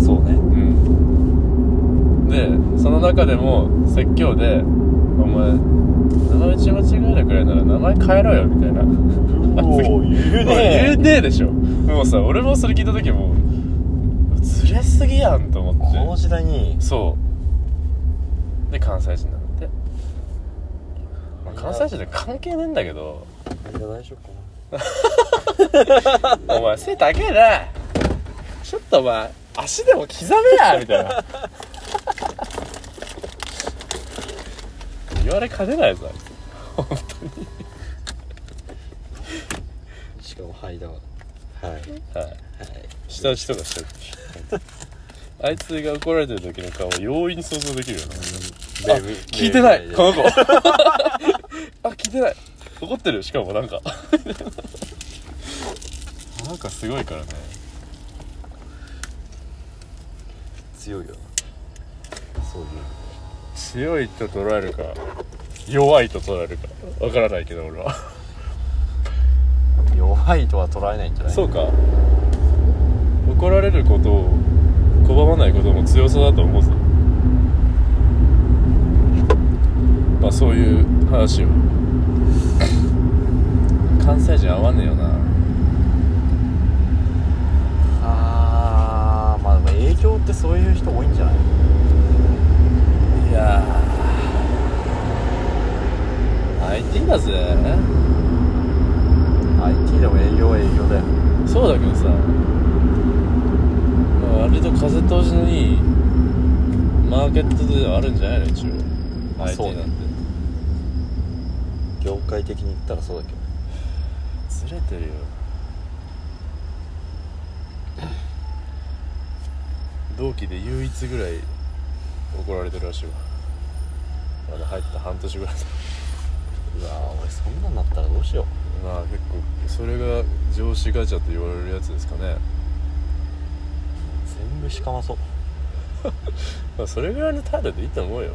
[SPEAKER 2] そうね
[SPEAKER 1] うんでその中でも説教で「お前名前打ち間違えるくらいなら名前変えろよ」みたいな
[SPEAKER 2] お [LAUGHS] お [LAUGHS] 言う
[SPEAKER 1] もう言う
[SPEAKER 2] ね
[SPEAKER 1] ねえでしょもうさ俺もそれ聞いた時もうずれすぎやんと思
[SPEAKER 2] この
[SPEAKER 1] っ
[SPEAKER 2] 時代に
[SPEAKER 1] てそうで関西人なんだって、まあ、関西人って関係ねえんだけど
[SPEAKER 2] みんな大丈夫か
[SPEAKER 1] お前背高えなちょっとお前足でも刻めやみたいな言われかねないぞあいつ
[SPEAKER 2] なしかもはいだわはいはい
[SPEAKER 1] はい下打ちとかしてるあいつが怒られてる時の顔は容易に想像できるよなあ聞いてないこの [LAUGHS] 子あ聞いてない怒ってるしかもなんかなんかすごいからね
[SPEAKER 2] 強いよそういう
[SPEAKER 1] 強いと捉えるか弱いと捉えるかわからないけど俺は
[SPEAKER 2] 弱いとは捉えないんじゃない
[SPEAKER 1] そうか怒られることを拒まないことも強さだと思うぞまあそういう話 [LAUGHS] を関西人合わねえよな
[SPEAKER 2] ああまあでも営業ってそういう人多いんじゃない
[SPEAKER 1] いや IT だぜ
[SPEAKER 2] IT でも営業は営業だよ
[SPEAKER 1] そうだけどさまあ割と風通しのいいマーケットではあるんじゃないの一応
[SPEAKER 3] あ
[SPEAKER 1] IT
[SPEAKER 3] そう
[SPEAKER 1] なんて
[SPEAKER 2] 業界的に言ったらそうだけど
[SPEAKER 1] ずれてるよ同期で唯一ぐらい怒られてるらしいわあの入った半年ぐらいで
[SPEAKER 2] うわー俺そんなんなったらどうしよ
[SPEAKER 1] まあ結構それが上司ガチャと言われるやつですかね
[SPEAKER 2] う全部しかまそう
[SPEAKER 1] まあそれぐらいの態度でいいと思うよ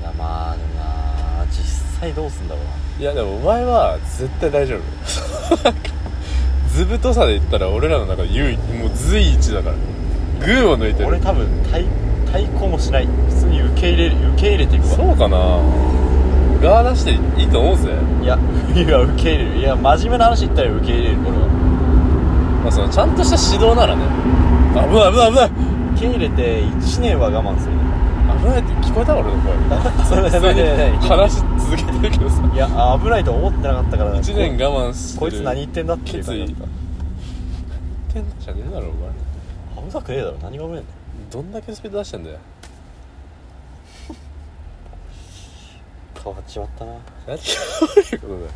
[SPEAKER 2] いやまあでもな実際どうすんだろうない
[SPEAKER 1] やでもお前は絶対大丈夫 [LAUGHS] 図太さで言ったら俺らの中で唯一もう随一だからグーを抜いてる
[SPEAKER 2] 俺多分対対抗もしない普通に受け入れる受け入れていくわ
[SPEAKER 1] そうかなガー出していいと思うぜ
[SPEAKER 2] いや [LAUGHS] いや受け入れるいや真面目な話言ったら受け入れるこれは
[SPEAKER 1] まあ、そのちゃんとした指導ならね危ない危ない危ない
[SPEAKER 2] 受け入れて1年は我慢する
[SPEAKER 1] 危ないって聞こえた俺の声
[SPEAKER 2] [LAUGHS] それ
[SPEAKER 1] 普通に
[SPEAKER 2] ね
[SPEAKER 1] 話し続けてるけどさ
[SPEAKER 2] いやあ危ないと思ってなかったから
[SPEAKER 1] 1年我慢してる
[SPEAKER 2] こいつ何言ってんだっていう
[SPEAKER 1] 決
[SPEAKER 2] 感
[SPEAKER 1] 意
[SPEAKER 2] じ
[SPEAKER 1] 言っ
[SPEAKER 2] だって
[SPEAKER 1] んじゃねえだろお前
[SPEAKER 2] た危なくねえだろ何が危ねえんだよ
[SPEAKER 1] どんだけスピード出してんだよ
[SPEAKER 2] 変わっちまったな
[SPEAKER 1] 何が悪いことだよ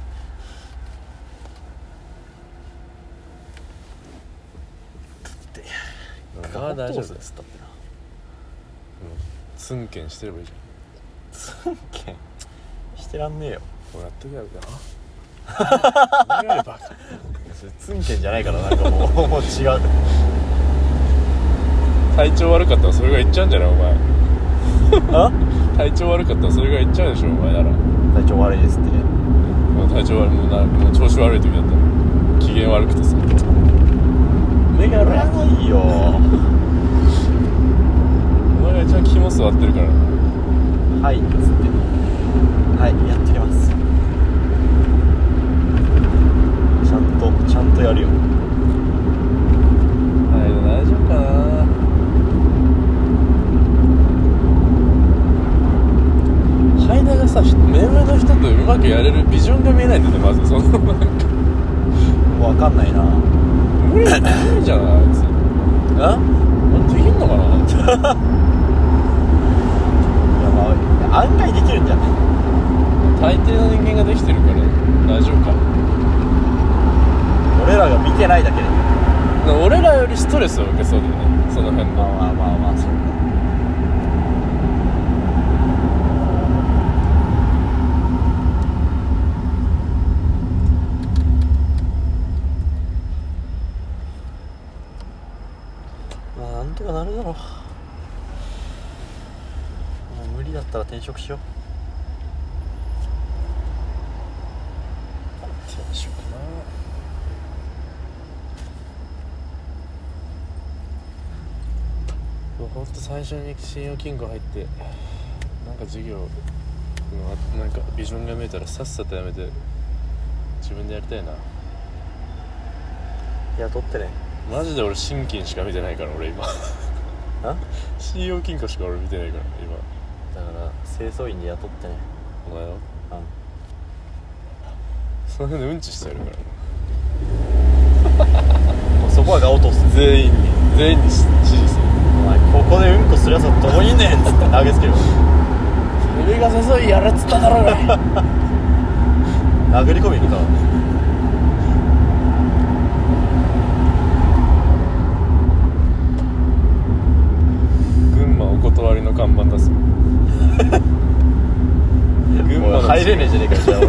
[SPEAKER 1] ガー大丈夫です
[SPEAKER 2] すったってな
[SPEAKER 1] ツンケンしてればいいじ
[SPEAKER 2] つんけんしてらんねえよ
[SPEAKER 1] ゃんもうやっときゃよな何が悪いバカ
[SPEAKER 2] それつんけんじゃないからなんかもうもう違う
[SPEAKER 1] 体調悪かったらそれがいっちゃうんじゃないお前
[SPEAKER 2] あ
[SPEAKER 1] 体調悪かったらそれがいっちゃうでしょお前なら
[SPEAKER 2] 体調悪いですってね
[SPEAKER 1] もう体調悪いもうなもう調子悪い時だったら機嫌悪くてさ
[SPEAKER 2] 目がらな
[SPEAKER 1] [LAUGHS]
[SPEAKER 2] いよ
[SPEAKER 1] お前が一番肝座ってるからな
[SPEAKER 2] はいつってはいやっときますちゃんとちゃんとやるよ
[SPEAKER 1] はい、大丈夫かなハイダがさ、目上の人とうまくやれるビジョンが見えないんだよね、まずそのなんか
[SPEAKER 2] わかんないな
[SPEAKER 1] 無理無理じゃない、あいつ
[SPEAKER 2] あ
[SPEAKER 1] できんのかない
[SPEAKER 2] やばいや案外できるんじゃない
[SPEAKER 1] 大抵の人間ができてるから大丈夫か
[SPEAKER 2] 俺らが見てないだけで
[SPEAKER 1] な俺らよりストレスを受けそうだよね、その辺
[SPEAKER 2] まあ
[SPEAKER 1] の
[SPEAKER 2] まあまあまあそうかまあなんとかなるだろうもう無理だったら転職しよ
[SPEAKER 1] 転職なもうほんと最初に信用金庫入ってなんか授業のあなんかビジョンが見えたらさっさとやめて自分でやりたいな
[SPEAKER 2] う雇ってね
[SPEAKER 1] マジで俺新金しか見てないから俺今 [LAUGHS]
[SPEAKER 2] あ
[SPEAKER 1] 信用金庫しか俺見てないから今
[SPEAKER 2] だから清掃員で雇ってね
[SPEAKER 1] お前の
[SPEAKER 2] あん
[SPEAKER 1] その辺でうんちしてやるから
[SPEAKER 2] そこは顔落とす
[SPEAKER 1] 全員に全員に指示する
[SPEAKER 2] お前ここでうんこするやつはどこにいんねんっつって投げつける
[SPEAKER 1] 指が誘いやれっつっただろうが
[SPEAKER 2] 殴り込み行くから
[SPEAKER 1] [LAUGHS] 群馬お断りの看板出す群馬
[SPEAKER 2] も
[SPEAKER 1] の
[SPEAKER 2] う入れねえじゃねえかじゃあ俺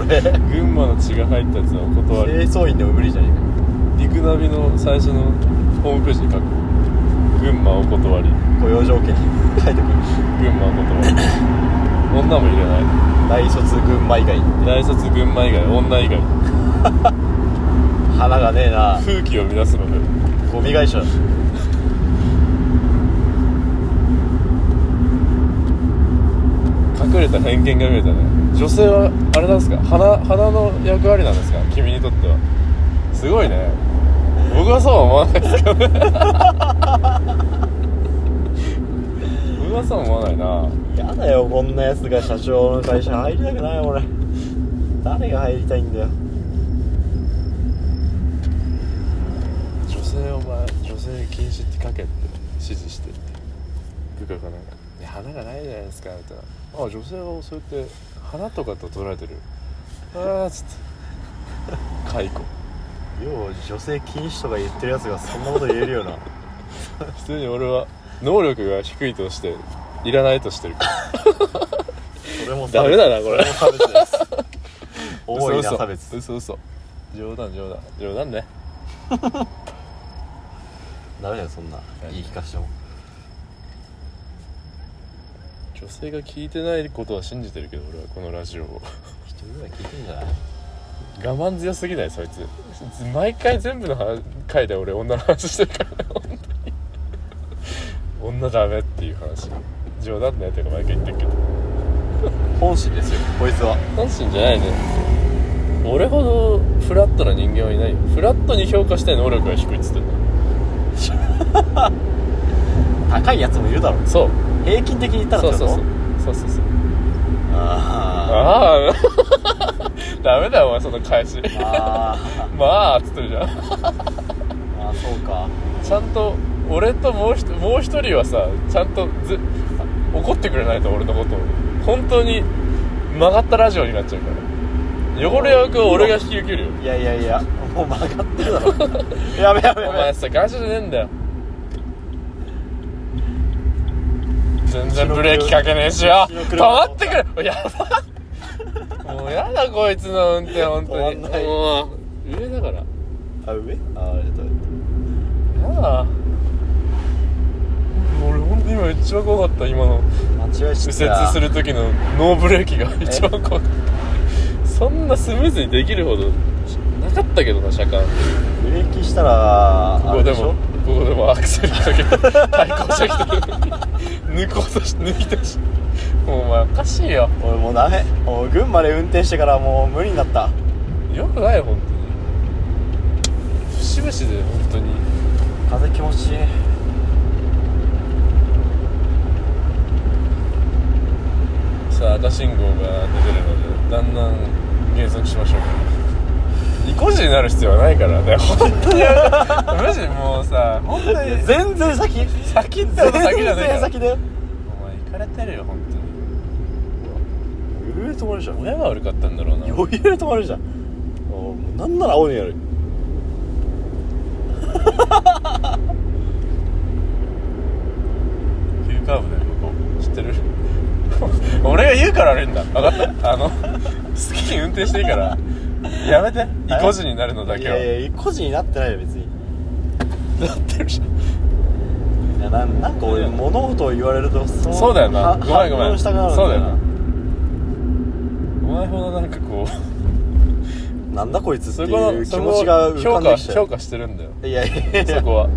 [SPEAKER 1] 群馬の血が入ったやつはお断り
[SPEAKER 2] 清掃員でも無理じゃね
[SPEAKER 1] リクナビの最初のホームページに書く群馬お断り
[SPEAKER 2] えか [LAUGHS] 雇用条件に書いてくる
[SPEAKER 1] 群馬お断り女も入れない
[SPEAKER 2] 大卒群馬以外
[SPEAKER 1] 大卒群馬以外女以外
[SPEAKER 2] 花がねえな
[SPEAKER 1] 風紀を乱すので
[SPEAKER 2] ゴミ会社だ
[SPEAKER 1] 隠れた偏見が見えたね女性はあれなんですか鼻鼻の役割なんですか君にとってはすごいね僕はそうは思わないですけどね僕はそうは思わないな
[SPEAKER 2] やだよこんなやつが社長の会社入りたくない俺誰が入りたいんだよ
[SPEAKER 1] 性禁止って書けって指示してって部下がなんか「いや花がないじゃないですか」みたいな「あ女性はそうやって花とかと取られてる」ああつって [LAUGHS] 解雇
[SPEAKER 2] よう女性禁止とか言ってるやつがそんなこと言えるよな
[SPEAKER 1] 普通に俺は能力が低いとしていらないとしてるから
[SPEAKER 2] それも
[SPEAKER 1] ダメだなこれ
[SPEAKER 2] それも差別 [LAUGHS] です大い
[SPEAKER 1] 嘘
[SPEAKER 2] な
[SPEAKER 1] 嘘
[SPEAKER 2] 差別
[SPEAKER 1] 嘘嘘冗談冗談冗談ね
[SPEAKER 2] ダメだよそんな言い聞かしても
[SPEAKER 1] 女性が聞いてないことは信じてるけど俺はこのラジオを
[SPEAKER 2] 一人ぐらい聞いてんじゃない
[SPEAKER 1] 我慢強すぎないそいつ毎回全部の話回で俺女の話してるからね本当に女ダメっていう話冗談ねってか毎回言ってるけど
[SPEAKER 2] 本心ですよこいつは
[SPEAKER 1] 本心じゃないね俺ほどフラットな人間はいないよフラットに評価して能力が低いっつってんの
[SPEAKER 2] 高いやつもいるだろ
[SPEAKER 1] そう
[SPEAKER 2] 平均的に言ったら
[SPEAKER 1] そ
[SPEAKER 2] っ
[SPEAKER 1] う
[SPEAKER 2] て
[SPEAKER 1] そ
[SPEAKER 2] こ
[SPEAKER 1] うそ
[SPEAKER 2] と
[SPEAKER 1] うそうそうそう
[SPEAKER 2] あ
[SPEAKER 1] ああ [LAUGHS] ダメだよお前その返し
[SPEAKER 2] ーあ
[SPEAKER 1] まあっつってるじゃん
[SPEAKER 2] ーあーそうか
[SPEAKER 1] ちゃんと俺ともうひともう一人はさちゃんとず怒ってくれないと俺のことを本当に曲がったラジオになっちゃうから汚れ役を俺が引き受けるよ
[SPEAKER 2] いやいやいやもう曲がってるだろ
[SPEAKER 1] [LAUGHS]
[SPEAKER 2] やべやべ
[SPEAKER 1] お
[SPEAKER 2] や
[SPEAKER 1] 前
[SPEAKER 2] べ
[SPEAKER 1] さ会社じゃねえんだよ全然ブレーキかけねえしよ
[SPEAKER 2] 後ろ
[SPEAKER 1] 止
[SPEAKER 2] 車
[SPEAKER 1] まってくれやばもうやだこいつの運転本当に
[SPEAKER 2] 止まんない
[SPEAKER 1] もう上だから
[SPEAKER 2] あ上あーえっと
[SPEAKER 1] やだ俺本当今一番怖かった今の
[SPEAKER 2] 間違いし
[SPEAKER 1] 右
[SPEAKER 2] て
[SPEAKER 1] 折する時のノーブレーキが一番怖かったそんなスムーズにできるほどなかったけどな車間
[SPEAKER 2] ブレーキしたら
[SPEAKER 1] こ
[SPEAKER 2] あ
[SPEAKER 1] こ
[SPEAKER 2] れ
[SPEAKER 1] で
[SPEAKER 2] でし
[SPEAKER 1] も
[SPEAKER 2] ょ
[SPEAKER 1] ここでもアクセルかけて対向車来た時抜こうとし抜いたしもうお前おかしいよ
[SPEAKER 2] 俺もうダメもう群馬で運転してからもう無理になった
[SPEAKER 1] よくないよ本当に節々で本当に
[SPEAKER 2] 風気
[SPEAKER 1] [LAUGHS]
[SPEAKER 2] 持ちいい
[SPEAKER 1] さあ赤信号が出てるのでだんだん減速しましょうか意固地になる必要は [LAUGHS] ないからね本当にマジもうさ本当に
[SPEAKER 2] 全然先
[SPEAKER 1] 先って
[SPEAKER 2] 全
[SPEAKER 1] こと先じゃないか
[SPEAKER 2] 然
[SPEAKER 1] ら
[SPEAKER 2] 先だよ
[SPEAKER 1] お前行かれてるよ本当に
[SPEAKER 2] 余裕で止まるじゃん
[SPEAKER 1] 親が悪かったんだろうな
[SPEAKER 2] 余裕で止まるじゃんおーなんなら青にやる
[SPEAKER 1] 急カーブだよここ知ってる [LAUGHS] 俺が言うから悪いんだ分かったあの [LAUGHS] 好きに運転していいからやめて意固地になるのだ
[SPEAKER 2] い
[SPEAKER 1] けは
[SPEAKER 2] やいや個人になってないよ別に
[SPEAKER 1] なってるじゃん
[SPEAKER 2] いやなんなんか俺物事を言われるとそ
[SPEAKER 1] そうだよな
[SPEAKER 2] は
[SPEAKER 1] ごめんごめん
[SPEAKER 2] 反応したくなるん
[SPEAKER 1] そうだよ
[SPEAKER 2] な
[SPEAKER 1] なお前ほどなんかこう
[SPEAKER 2] なんだこいつって
[SPEAKER 1] そ
[SPEAKER 2] い
[SPEAKER 1] こ
[SPEAKER 2] う
[SPEAKER 1] の
[SPEAKER 2] 気
[SPEAKER 1] そ
[SPEAKER 2] 持
[SPEAKER 1] こ
[SPEAKER 2] ちが
[SPEAKER 1] の
[SPEAKER 2] 浮か
[SPEAKER 1] 評
[SPEAKER 2] んで
[SPEAKER 1] 価
[SPEAKER 2] きちゃ
[SPEAKER 1] 評
[SPEAKER 2] う
[SPEAKER 1] 価してるんだよ
[SPEAKER 2] いやいやいや
[SPEAKER 1] そこは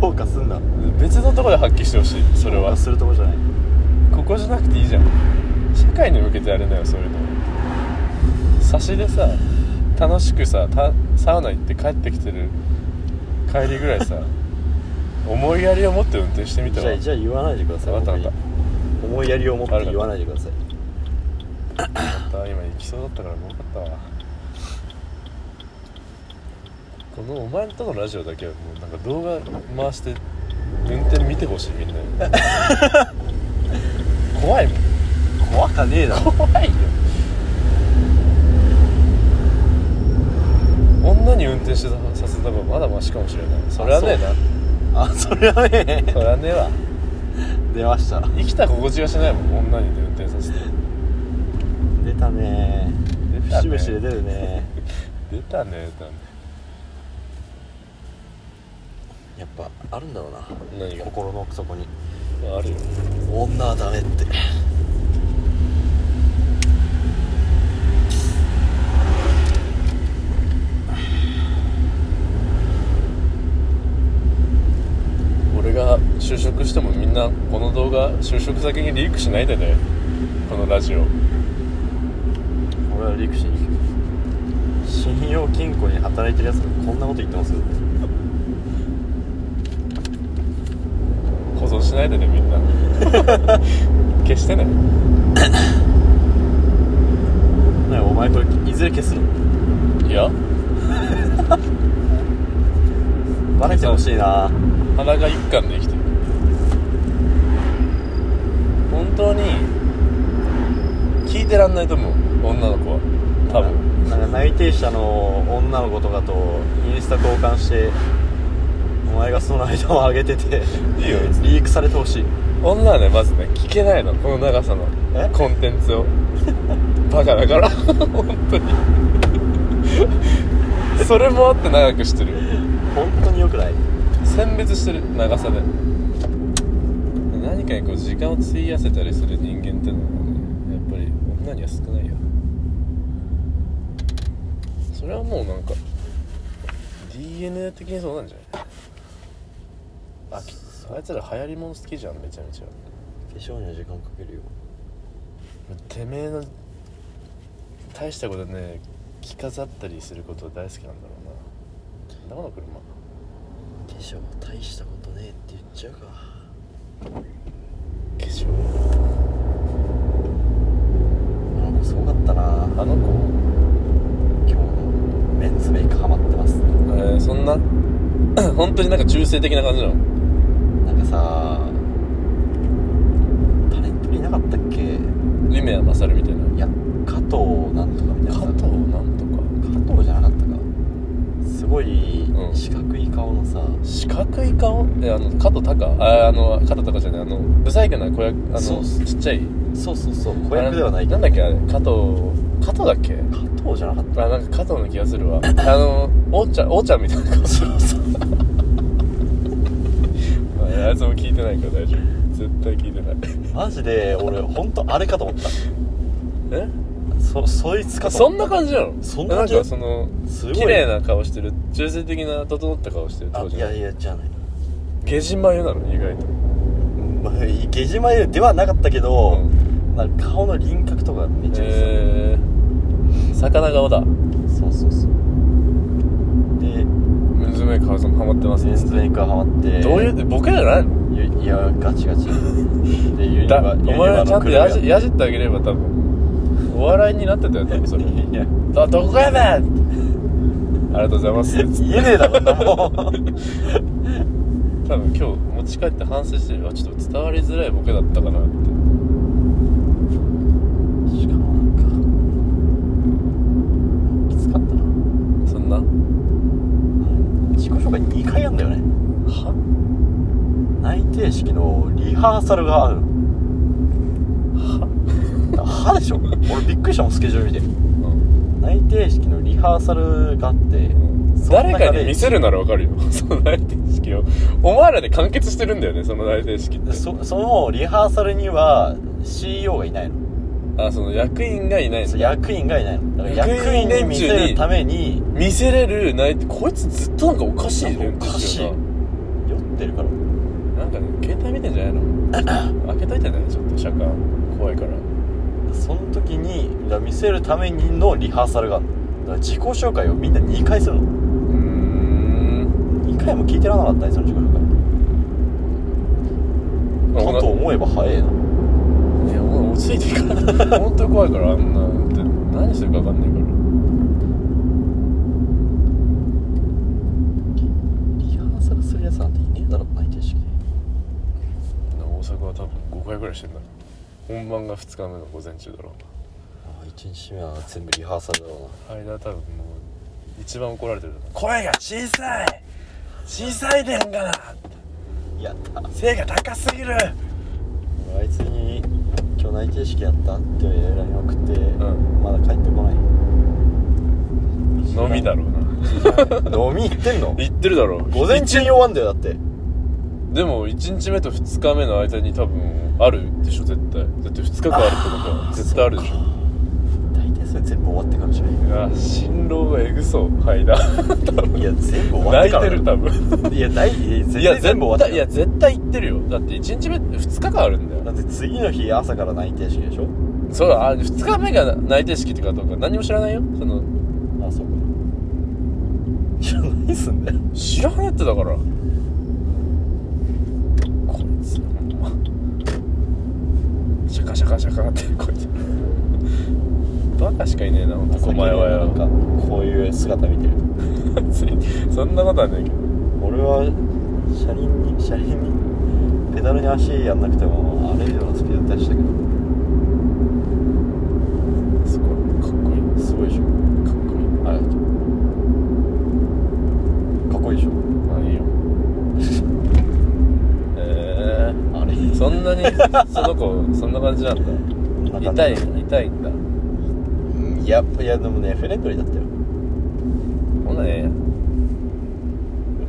[SPEAKER 2] 評価すんな
[SPEAKER 1] 別のところで発揮してほしいそれ
[SPEAKER 2] 評
[SPEAKER 1] は
[SPEAKER 2] 価するとこじゃない
[SPEAKER 1] ここじゃなくていいじゃん社会に向けてあれだよそういうの差しでさ楽しくさたサウナ行って帰ってきてる帰りぐらいさ [LAUGHS] 思いやりを持って運転してみた
[SPEAKER 2] じゃ
[SPEAKER 1] ら
[SPEAKER 2] あじゃあ言わないでください
[SPEAKER 1] わかった
[SPEAKER 2] 僕に
[SPEAKER 1] わか
[SPEAKER 2] 思いやりを持って言わないでください
[SPEAKER 1] 今行きそうだったからもうよかったわこのお前んとこのラジオだけはもうなんか動画回して運転見てほしいみんな
[SPEAKER 2] [LAUGHS]
[SPEAKER 1] に怖いもん
[SPEAKER 2] 怖かねえだろ
[SPEAKER 1] 怖いよ女に運転してたさせた方がまだマシかもしれないそれはねえな
[SPEAKER 2] あそれはね
[SPEAKER 1] それはねえわ
[SPEAKER 2] 出ました
[SPEAKER 1] 生きた心地がしないもん女に運転させて
[SPEAKER 2] 出たね
[SPEAKER 1] 出た
[SPEAKER 2] 節
[SPEAKER 1] ね
[SPEAKER 2] 々で出るね
[SPEAKER 1] 出たね出たね
[SPEAKER 2] やっぱあるんだろうな
[SPEAKER 1] 何が
[SPEAKER 2] 心の奥底に
[SPEAKER 1] あるよ
[SPEAKER 2] 女はダメって
[SPEAKER 1] 俺が就職してもみんなこの動画就職先にリークしないでねこのラジオ
[SPEAKER 2] 俺は陸士に信用金庫に働いてるやつがこんなこと言ってますよ
[SPEAKER 1] 保存しないでねみん [LAUGHS] な消してね
[SPEAKER 2] ねお前これいずれ消すの
[SPEAKER 1] いや
[SPEAKER 2] バレてほしいな
[SPEAKER 1] 腹が一貫で生きてる
[SPEAKER 2] 本当に
[SPEAKER 1] 聞いてらんないと思う女の子は多分
[SPEAKER 2] なんか内定者の女の子とかとインスタ交換してお前がその間を上げてて
[SPEAKER 1] いいよ
[SPEAKER 2] リークされてほしい
[SPEAKER 1] 女はねまずね聞けないのこの長さの
[SPEAKER 2] え
[SPEAKER 1] コンテンツを [LAUGHS] バカだから [LAUGHS] 本当にそれもあって長くしてる
[SPEAKER 2] 本当によくない
[SPEAKER 1] 選別してる長さで何かにこう時間を費やせたりする人間ってのはねやっぱり女には少ないよそれはもうなんか DNA 的にそうなんじゃないあきあいつら流行りもの好きじゃんめちゃめちゃ
[SPEAKER 2] 化粧には時間かけるよ
[SPEAKER 1] てめえの大したことね着飾ったりすること大好きなんだろうなだこの車
[SPEAKER 2] 化粧大したことねえって言っちゃうか
[SPEAKER 1] 化粧
[SPEAKER 2] あの子すごかったな
[SPEAKER 1] あの子
[SPEAKER 2] 今日のメンズメイクハマってます
[SPEAKER 1] えー、そんな [COUGHS] 本当になんか中性的な感じなの
[SPEAKER 2] なんかさタレントにいなかったっけい
[SPEAKER 1] リメアマサルみたいな
[SPEAKER 2] や加藤なんとかみたいな
[SPEAKER 1] 加藤な
[SPEAKER 2] さ
[SPEAKER 1] んとか
[SPEAKER 2] 加藤じゃなかったかすごい
[SPEAKER 1] うん
[SPEAKER 2] 四角い顔のさ、
[SPEAKER 1] 四角い顔えあの加藤鷹ああの加藤鷹じゃないあのブサイクな子役あ
[SPEAKER 2] そう
[SPEAKER 1] の
[SPEAKER 2] っす
[SPEAKER 1] ちっちゃい
[SPEAKER 2] そうそうそう子役ではない
[SPEAKER 1] あれ
[SPEAKER 2] け
[SPEAKER 1] なんだっけあ
[SPEAKER 2] ど
[SPEAKER 1] れ加藤加藤だっけ
[SPEAKER 2] 加藤じゃなかっ
[SPEAKER 1] あなんか加藤の気がするわあのおーちゃんおーちゃんみたいな [LAUGHS] 顔そうそうあいつも聞いてないから大丈夫絶対聞いてない
[SPEAKER 2] たマジで俺本当あれかと思っ
[SPEAKER 1] え
[SPEAKER 2] たそそいつかと
[SPEAKER 1] そん
[SPEAKER 2] 思った
[SPEAKER 1] な感じなの
[SPEAKER 2] そんな感じ
[SPEAKER 1] なんかその
[SPEAKER 2] すごい
[SPEAKER 1] 綺麗な顔してる中性的な整った顔してるって
[SPEAKER 2] あ
[SPEAKER 1] こと
[SPEAKER 2] い
[SPEAKER 1] じゃ
[SPEAKER 2] や
[SPEAKER 1] ない
[SPEAKER 2] いやじゃない
[SPEAKER 1] 下地眉なの意外と
[SPEAKER 2] まあ下地眉ではなかったけど、
[SPEAKER 1] う
[SPEAKER 2] なんか顔の輪郭とかめっちゃ似てた
[SPEAKER 1] えー、魚顔だ
[SPEAKER 2] そうそうそう
[SPEAKER 1] メ
[SPEAKER 2] で
[SPEAKER 1] ンズメイクハウスもハマってます
[SPEAKER 2] メンズメイクはハマって
[SPEAKER 1] どういうボケじゃないの
[SPEAKER 2] ゆいやガチガチでユニ
[SPEAKER 1] だ
[SPEAKER 2] バ
[SPEAKER 1] お
[SPEAKER 2] ユニ
[SPEAKER 1] 前
[SPEAKER 2] バ
[SPEAKER 1] はちゃん
[SPEAKER 2] の
[SPEAKER 1] と
[SPEAKER 2] 車
[SPEAKER 1] やじやじってあげれば多分お笑いになってたよ多分それ
[SPEAKER 2] いや
[SPEAKER 1] [LAUGHS] あどこやねんありがとうございます
[SPEAKER 2] 言えねえだろんなもう
[SPEAKER 1] 多分今日持ち帰って反省してるわちょっと伝わりづらいボケだったかなって
[SPEAKER 2] しかもなんかきつかったな
[SPEAKER 1] そんな
[SPEAKER 2] 自己紹介2回やんだよね
[SPEAKER 1] は
[SPEAKER 2] 内定式のリハーサルがあるははでしょ俺びっくりしたもんスケジュール見て内定式のリハーサルがあってその
[SPEAKER 1] 誰
[SPEAKER 2] 中で
[SPEAKER 1] かに見せるならわかるよ [LAUGHS] その内定式をお前らで完結してるんだよねその内定式って
[SPEAKER 2] そそのリハーサルには CEO がいないの
[SPEAKER 1] あその役員がいない
[SPEAKER 2] そ
[SPEAKER 1] の
[SPEAKER 2] う役員がいないのだから役
[SPEAKER 1] 役
[SPEAKER 2] 員
[SPEAKER 1] 員連中に
[SPEAKER 2] に見せるために
[SPEAKER 1] 見せれる内定こいつずっとなんかおかしい
[SPEAKER 2] なんかおかしい
[SPEAKER 1] 連中
[SPEAKER 2] 酔ってるから
[SPEAKER 1] だななんかね携帯見てんじゃない
[SPEAKER 2] [CLEARS THROAT]
[SPEAKER 1] の開けといてねちょっと釈迦怖いから
[SPEAKER 2] その時にだから見せるためにのリハーサルがあるのだから自己紹介をみんな2回するの
[SPEAKER 1] うーん
[SPEAKER 2] 2回も聞いてらなかったねその自己紹介かと思えば早えない
[SPEAKER 1] やもう落ち着いていか
[SPEAKER 2] [LAUGHS]
[SPEAKER 1] ない本当に怖いからあんな運転何してるか分かんないから
[SPEAKER 2] リハーサルするやつなんていねえだろ内定式で
[SPEAKER 1] 大阪は多分5回ぐらいしてんだろ本番が2日目の午前中だろ
[SPEAKER 2] ああ1日目は全部リハーサルだろ
[SPEAKER 1] 間は多分もう一番怒られてるだろ声が小さい小さいでんがな
[SPEAKER 2] うなやった
[SPEAKER 1] 背が高すぎる
[SPEAKER 2] あいつに「今日内定式やった?」って LINE 送って、
[SPEAKER 1] ん
[SPEAKER 2] まだ帰ってこない
[SPEAKER 1] 飲みだろうな
[SPEAKER 2] [LAUGHS] 飲み行ってんの
[SPEAKER 1] 言ってるだろ
[SPEAKER 2] 午前中に終わんだよだって
[SPEAKER 1] でも1日目と2日目の間に多分あるでしょ絶対だって2日間あるってことは絶対あるでし
[SPEAKER 2] そ
[SPEAKER 1] ょ
[SPEAKER 2] うか大体それ全部終わってからじゃない
[SPEAKER 1] いや新郎がえぐ
[SPEAKER 2] [LAUGHS]
[SPEAKER 1] そうはいだ
[SPEAKER 2] いや全部終わっ
[SPEAKER 1] 泣
[SPEAKER 2] て
[SPEAKER 1] い
[SPEAKER 2] から
[SPEAKER 1] てる多分
[SPEAKER 2] いや大いや絶
[SPEAKER 1] いや全
[SPEAKER 2] 対全
[SPEAKER 1] 部
[SPEAKER 2] 部終わっ
[SPEAKER 1] い
[SPEAKER 2] て
[SPEAKER 1] や
[SPEAKER 2] か
[SPEAKER 1] 絶対行ってるよだって1日目って2日間あるんだよ
[SPEAKER 2] らだって次の日朝から内定式でしょ
[SPEAKER 1] そうあ2日目が内定式ってかどうか何も知らないよその
[SPEAKER 2] あそうかいや何すんだよ
[SPEAKER 1] 知らねえってだからこいつほんまシャカシャカシャカってこいつバカしかいねえなほんとお前は
[SPEAKER 2] なん
[SPEAKER 1] よ [LAUGHS]
[SPEAKER 2] かこういう姿見てると
[SPEAKER 1] 別にそんなことはないけど
[SPEAKER 2] 俺は車輪に車輪にペダルに足やんなくてもあれ以上のスピード出したけど
[SPEAKER 1] すごいかっこいい
[SPEAKER 2] すごいでしょ
[SPEAKER 1] かっこいい
[SPEAKER 2] あれかっこいいでしょ
[SPEAKER 1] まあいいよ [LAUGHS] え
[SPEAKER 2] あれ
[SPEAKER 1] ー、そんなにその子そんな感じなん
[SPEAKER 2] そん
[SPEAKER 1] だ
[SPEAKER 2] な感じ
[SPEAKER 1] 痛い痛いんだ
[SPEAKER 2] うんいやいやでもねフレンドリーだったよ
[SPEAKER 1] ほんならええやん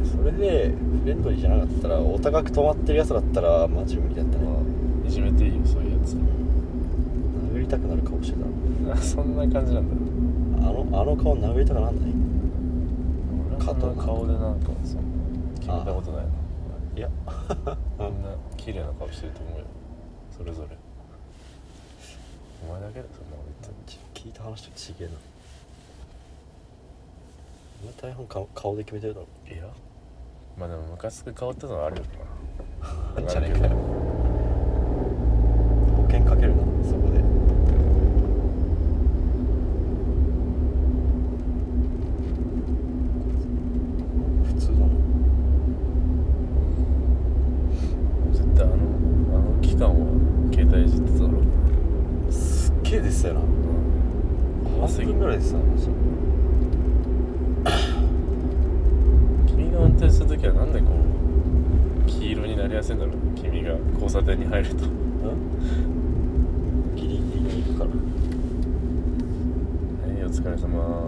[SPEAKER 2] それでフレンドリーじゃなかったらお高く止まってるやつだったらマジ無理だったね
[SPEAKER 1] まあいじめていいよそういうやつ
[SPEAKER 2] 殴りたくなる顔してた
[SPEAKER 1] あそんな感じなんだ
[SPEAKER 2] あのあの顔殴りたくなんない
[SPEAKER 1] 俺はそんな顔でなんかそんな決めたことないない
[SPEAKER 2] や
[SPEAKER 1] みんな綺麗な顔してると思うよそれぞれお前だけだよそんなこと言ってんの
[SPEAKER 2] 聞いた話とちげえなお前大半顔顔で決めてるだろ
[SPEAKER 1] いやまあでもムカつく顔ってのはあるよな
[SPEAKER 2] じゃねえかよ保険かけるなそこで普通だな
[SPEAKER 1] 絶対あのあの期間は携帯いじってただろう
[SPEAKER 2] すっげえでしたよな
[SPEAKER 1] な
[SPEAKER 2] 半分ぐらいでしたマジ
[SPEAKER 1] 君が運転する時はなんでこう黄色になりやすいんだろう君が交差点に入ると
[SPEAKER 2] ギリギリに行くから
[SPEAKER 1] はいお疲れ様